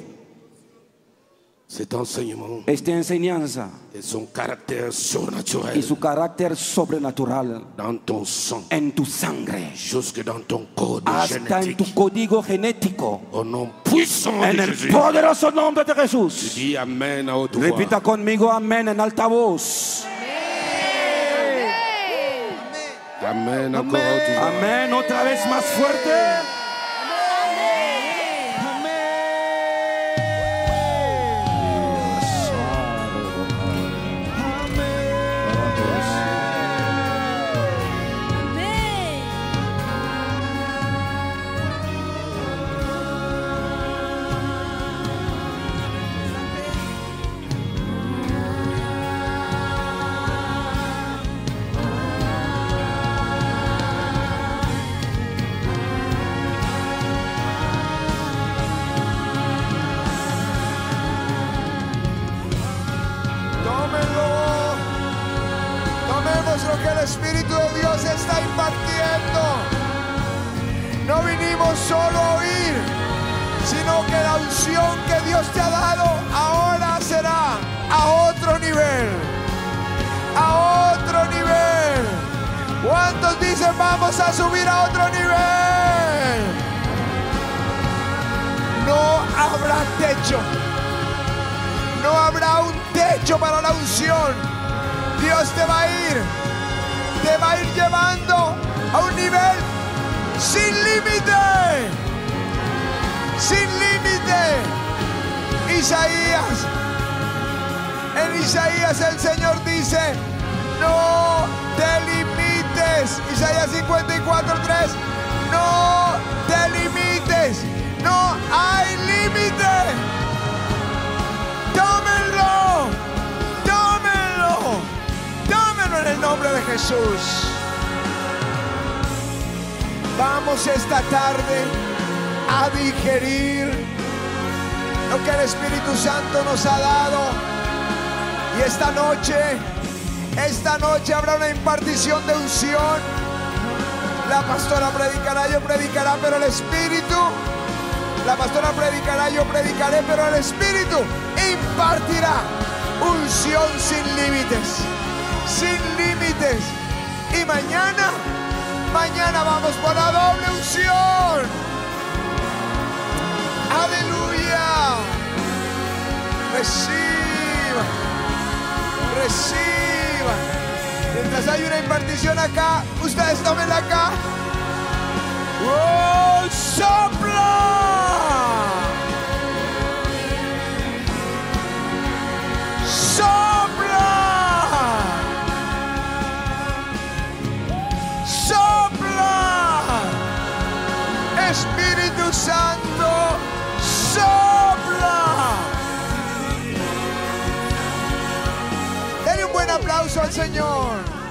Speaker 1: cet enseignement
Speaker 2: esta enseñanza
Speaker 1: et son caractère surnaturel
Speaker 2: y su carácter sobrenatural
Speaker 1: dans ton sang,
Speaker 2: en tu sangre,
Speaker 1: jusque dans ton code
Speaker 2: hasta en
Speaker 1: génétique.
Speaker 2: tu código genético.
Speaker 1: Au nom puissant
Speaker 2: En
Speaker 1: de
Speaker 2: el
Speaker 1: Jésus.
Speaker 2: poderoso nombre de
Speaker 1: Je
Speaker 2: Jesús.
Speaker 1: dis Amen à haute voix.
Speaker 2: Repita conmigo amén en alta voz.
Speaker 1: Amen encore à haute voix.
Speaker 2: Amén otra vez más fuerte.
Speaker 8: Tómenlo. Tomemos lo que el Espíritu de Dios está impartiendo. No vinimos solo a oír, sino que la unción que Dios te ha dado ahora será a otro nivel. A otro nivel. ¿Cuántos dicen
Speaker 9: vamos a subir a otro nivel. No habrá techo. No habrá un techo para la unción. Dios te va a ir. Te va a ir llevando a un nivel sin límite. Sin límite. Isaías. En Isaías el Señor dice, no te limites. Isaías 54, 3, no te limites. No hay límite. Tómenlo. Tómenlo. Tómenlo en el nombre de Jesús. Vamos esta tarde a digerir lo que el Espíritu Santo nos ha dado. Y esta noche, esta noche habrá una impartición de unción. La pastora predicará, yo predicará, pero el Espíritu. La pastora predicará, yo predicaré, pero el Espíritu impartirá unción sin límites. Sin límites. Y mañana, mañana vamos por la doble unción. Aleluya. Reciba reciba. Mientras hay una impartición acá, ustedes tomen acá. ¡Oh, sopla! ¡Sopla! ¡Sopla! Espíritu Santo, sopla. Dale un buen aplauso al Señor.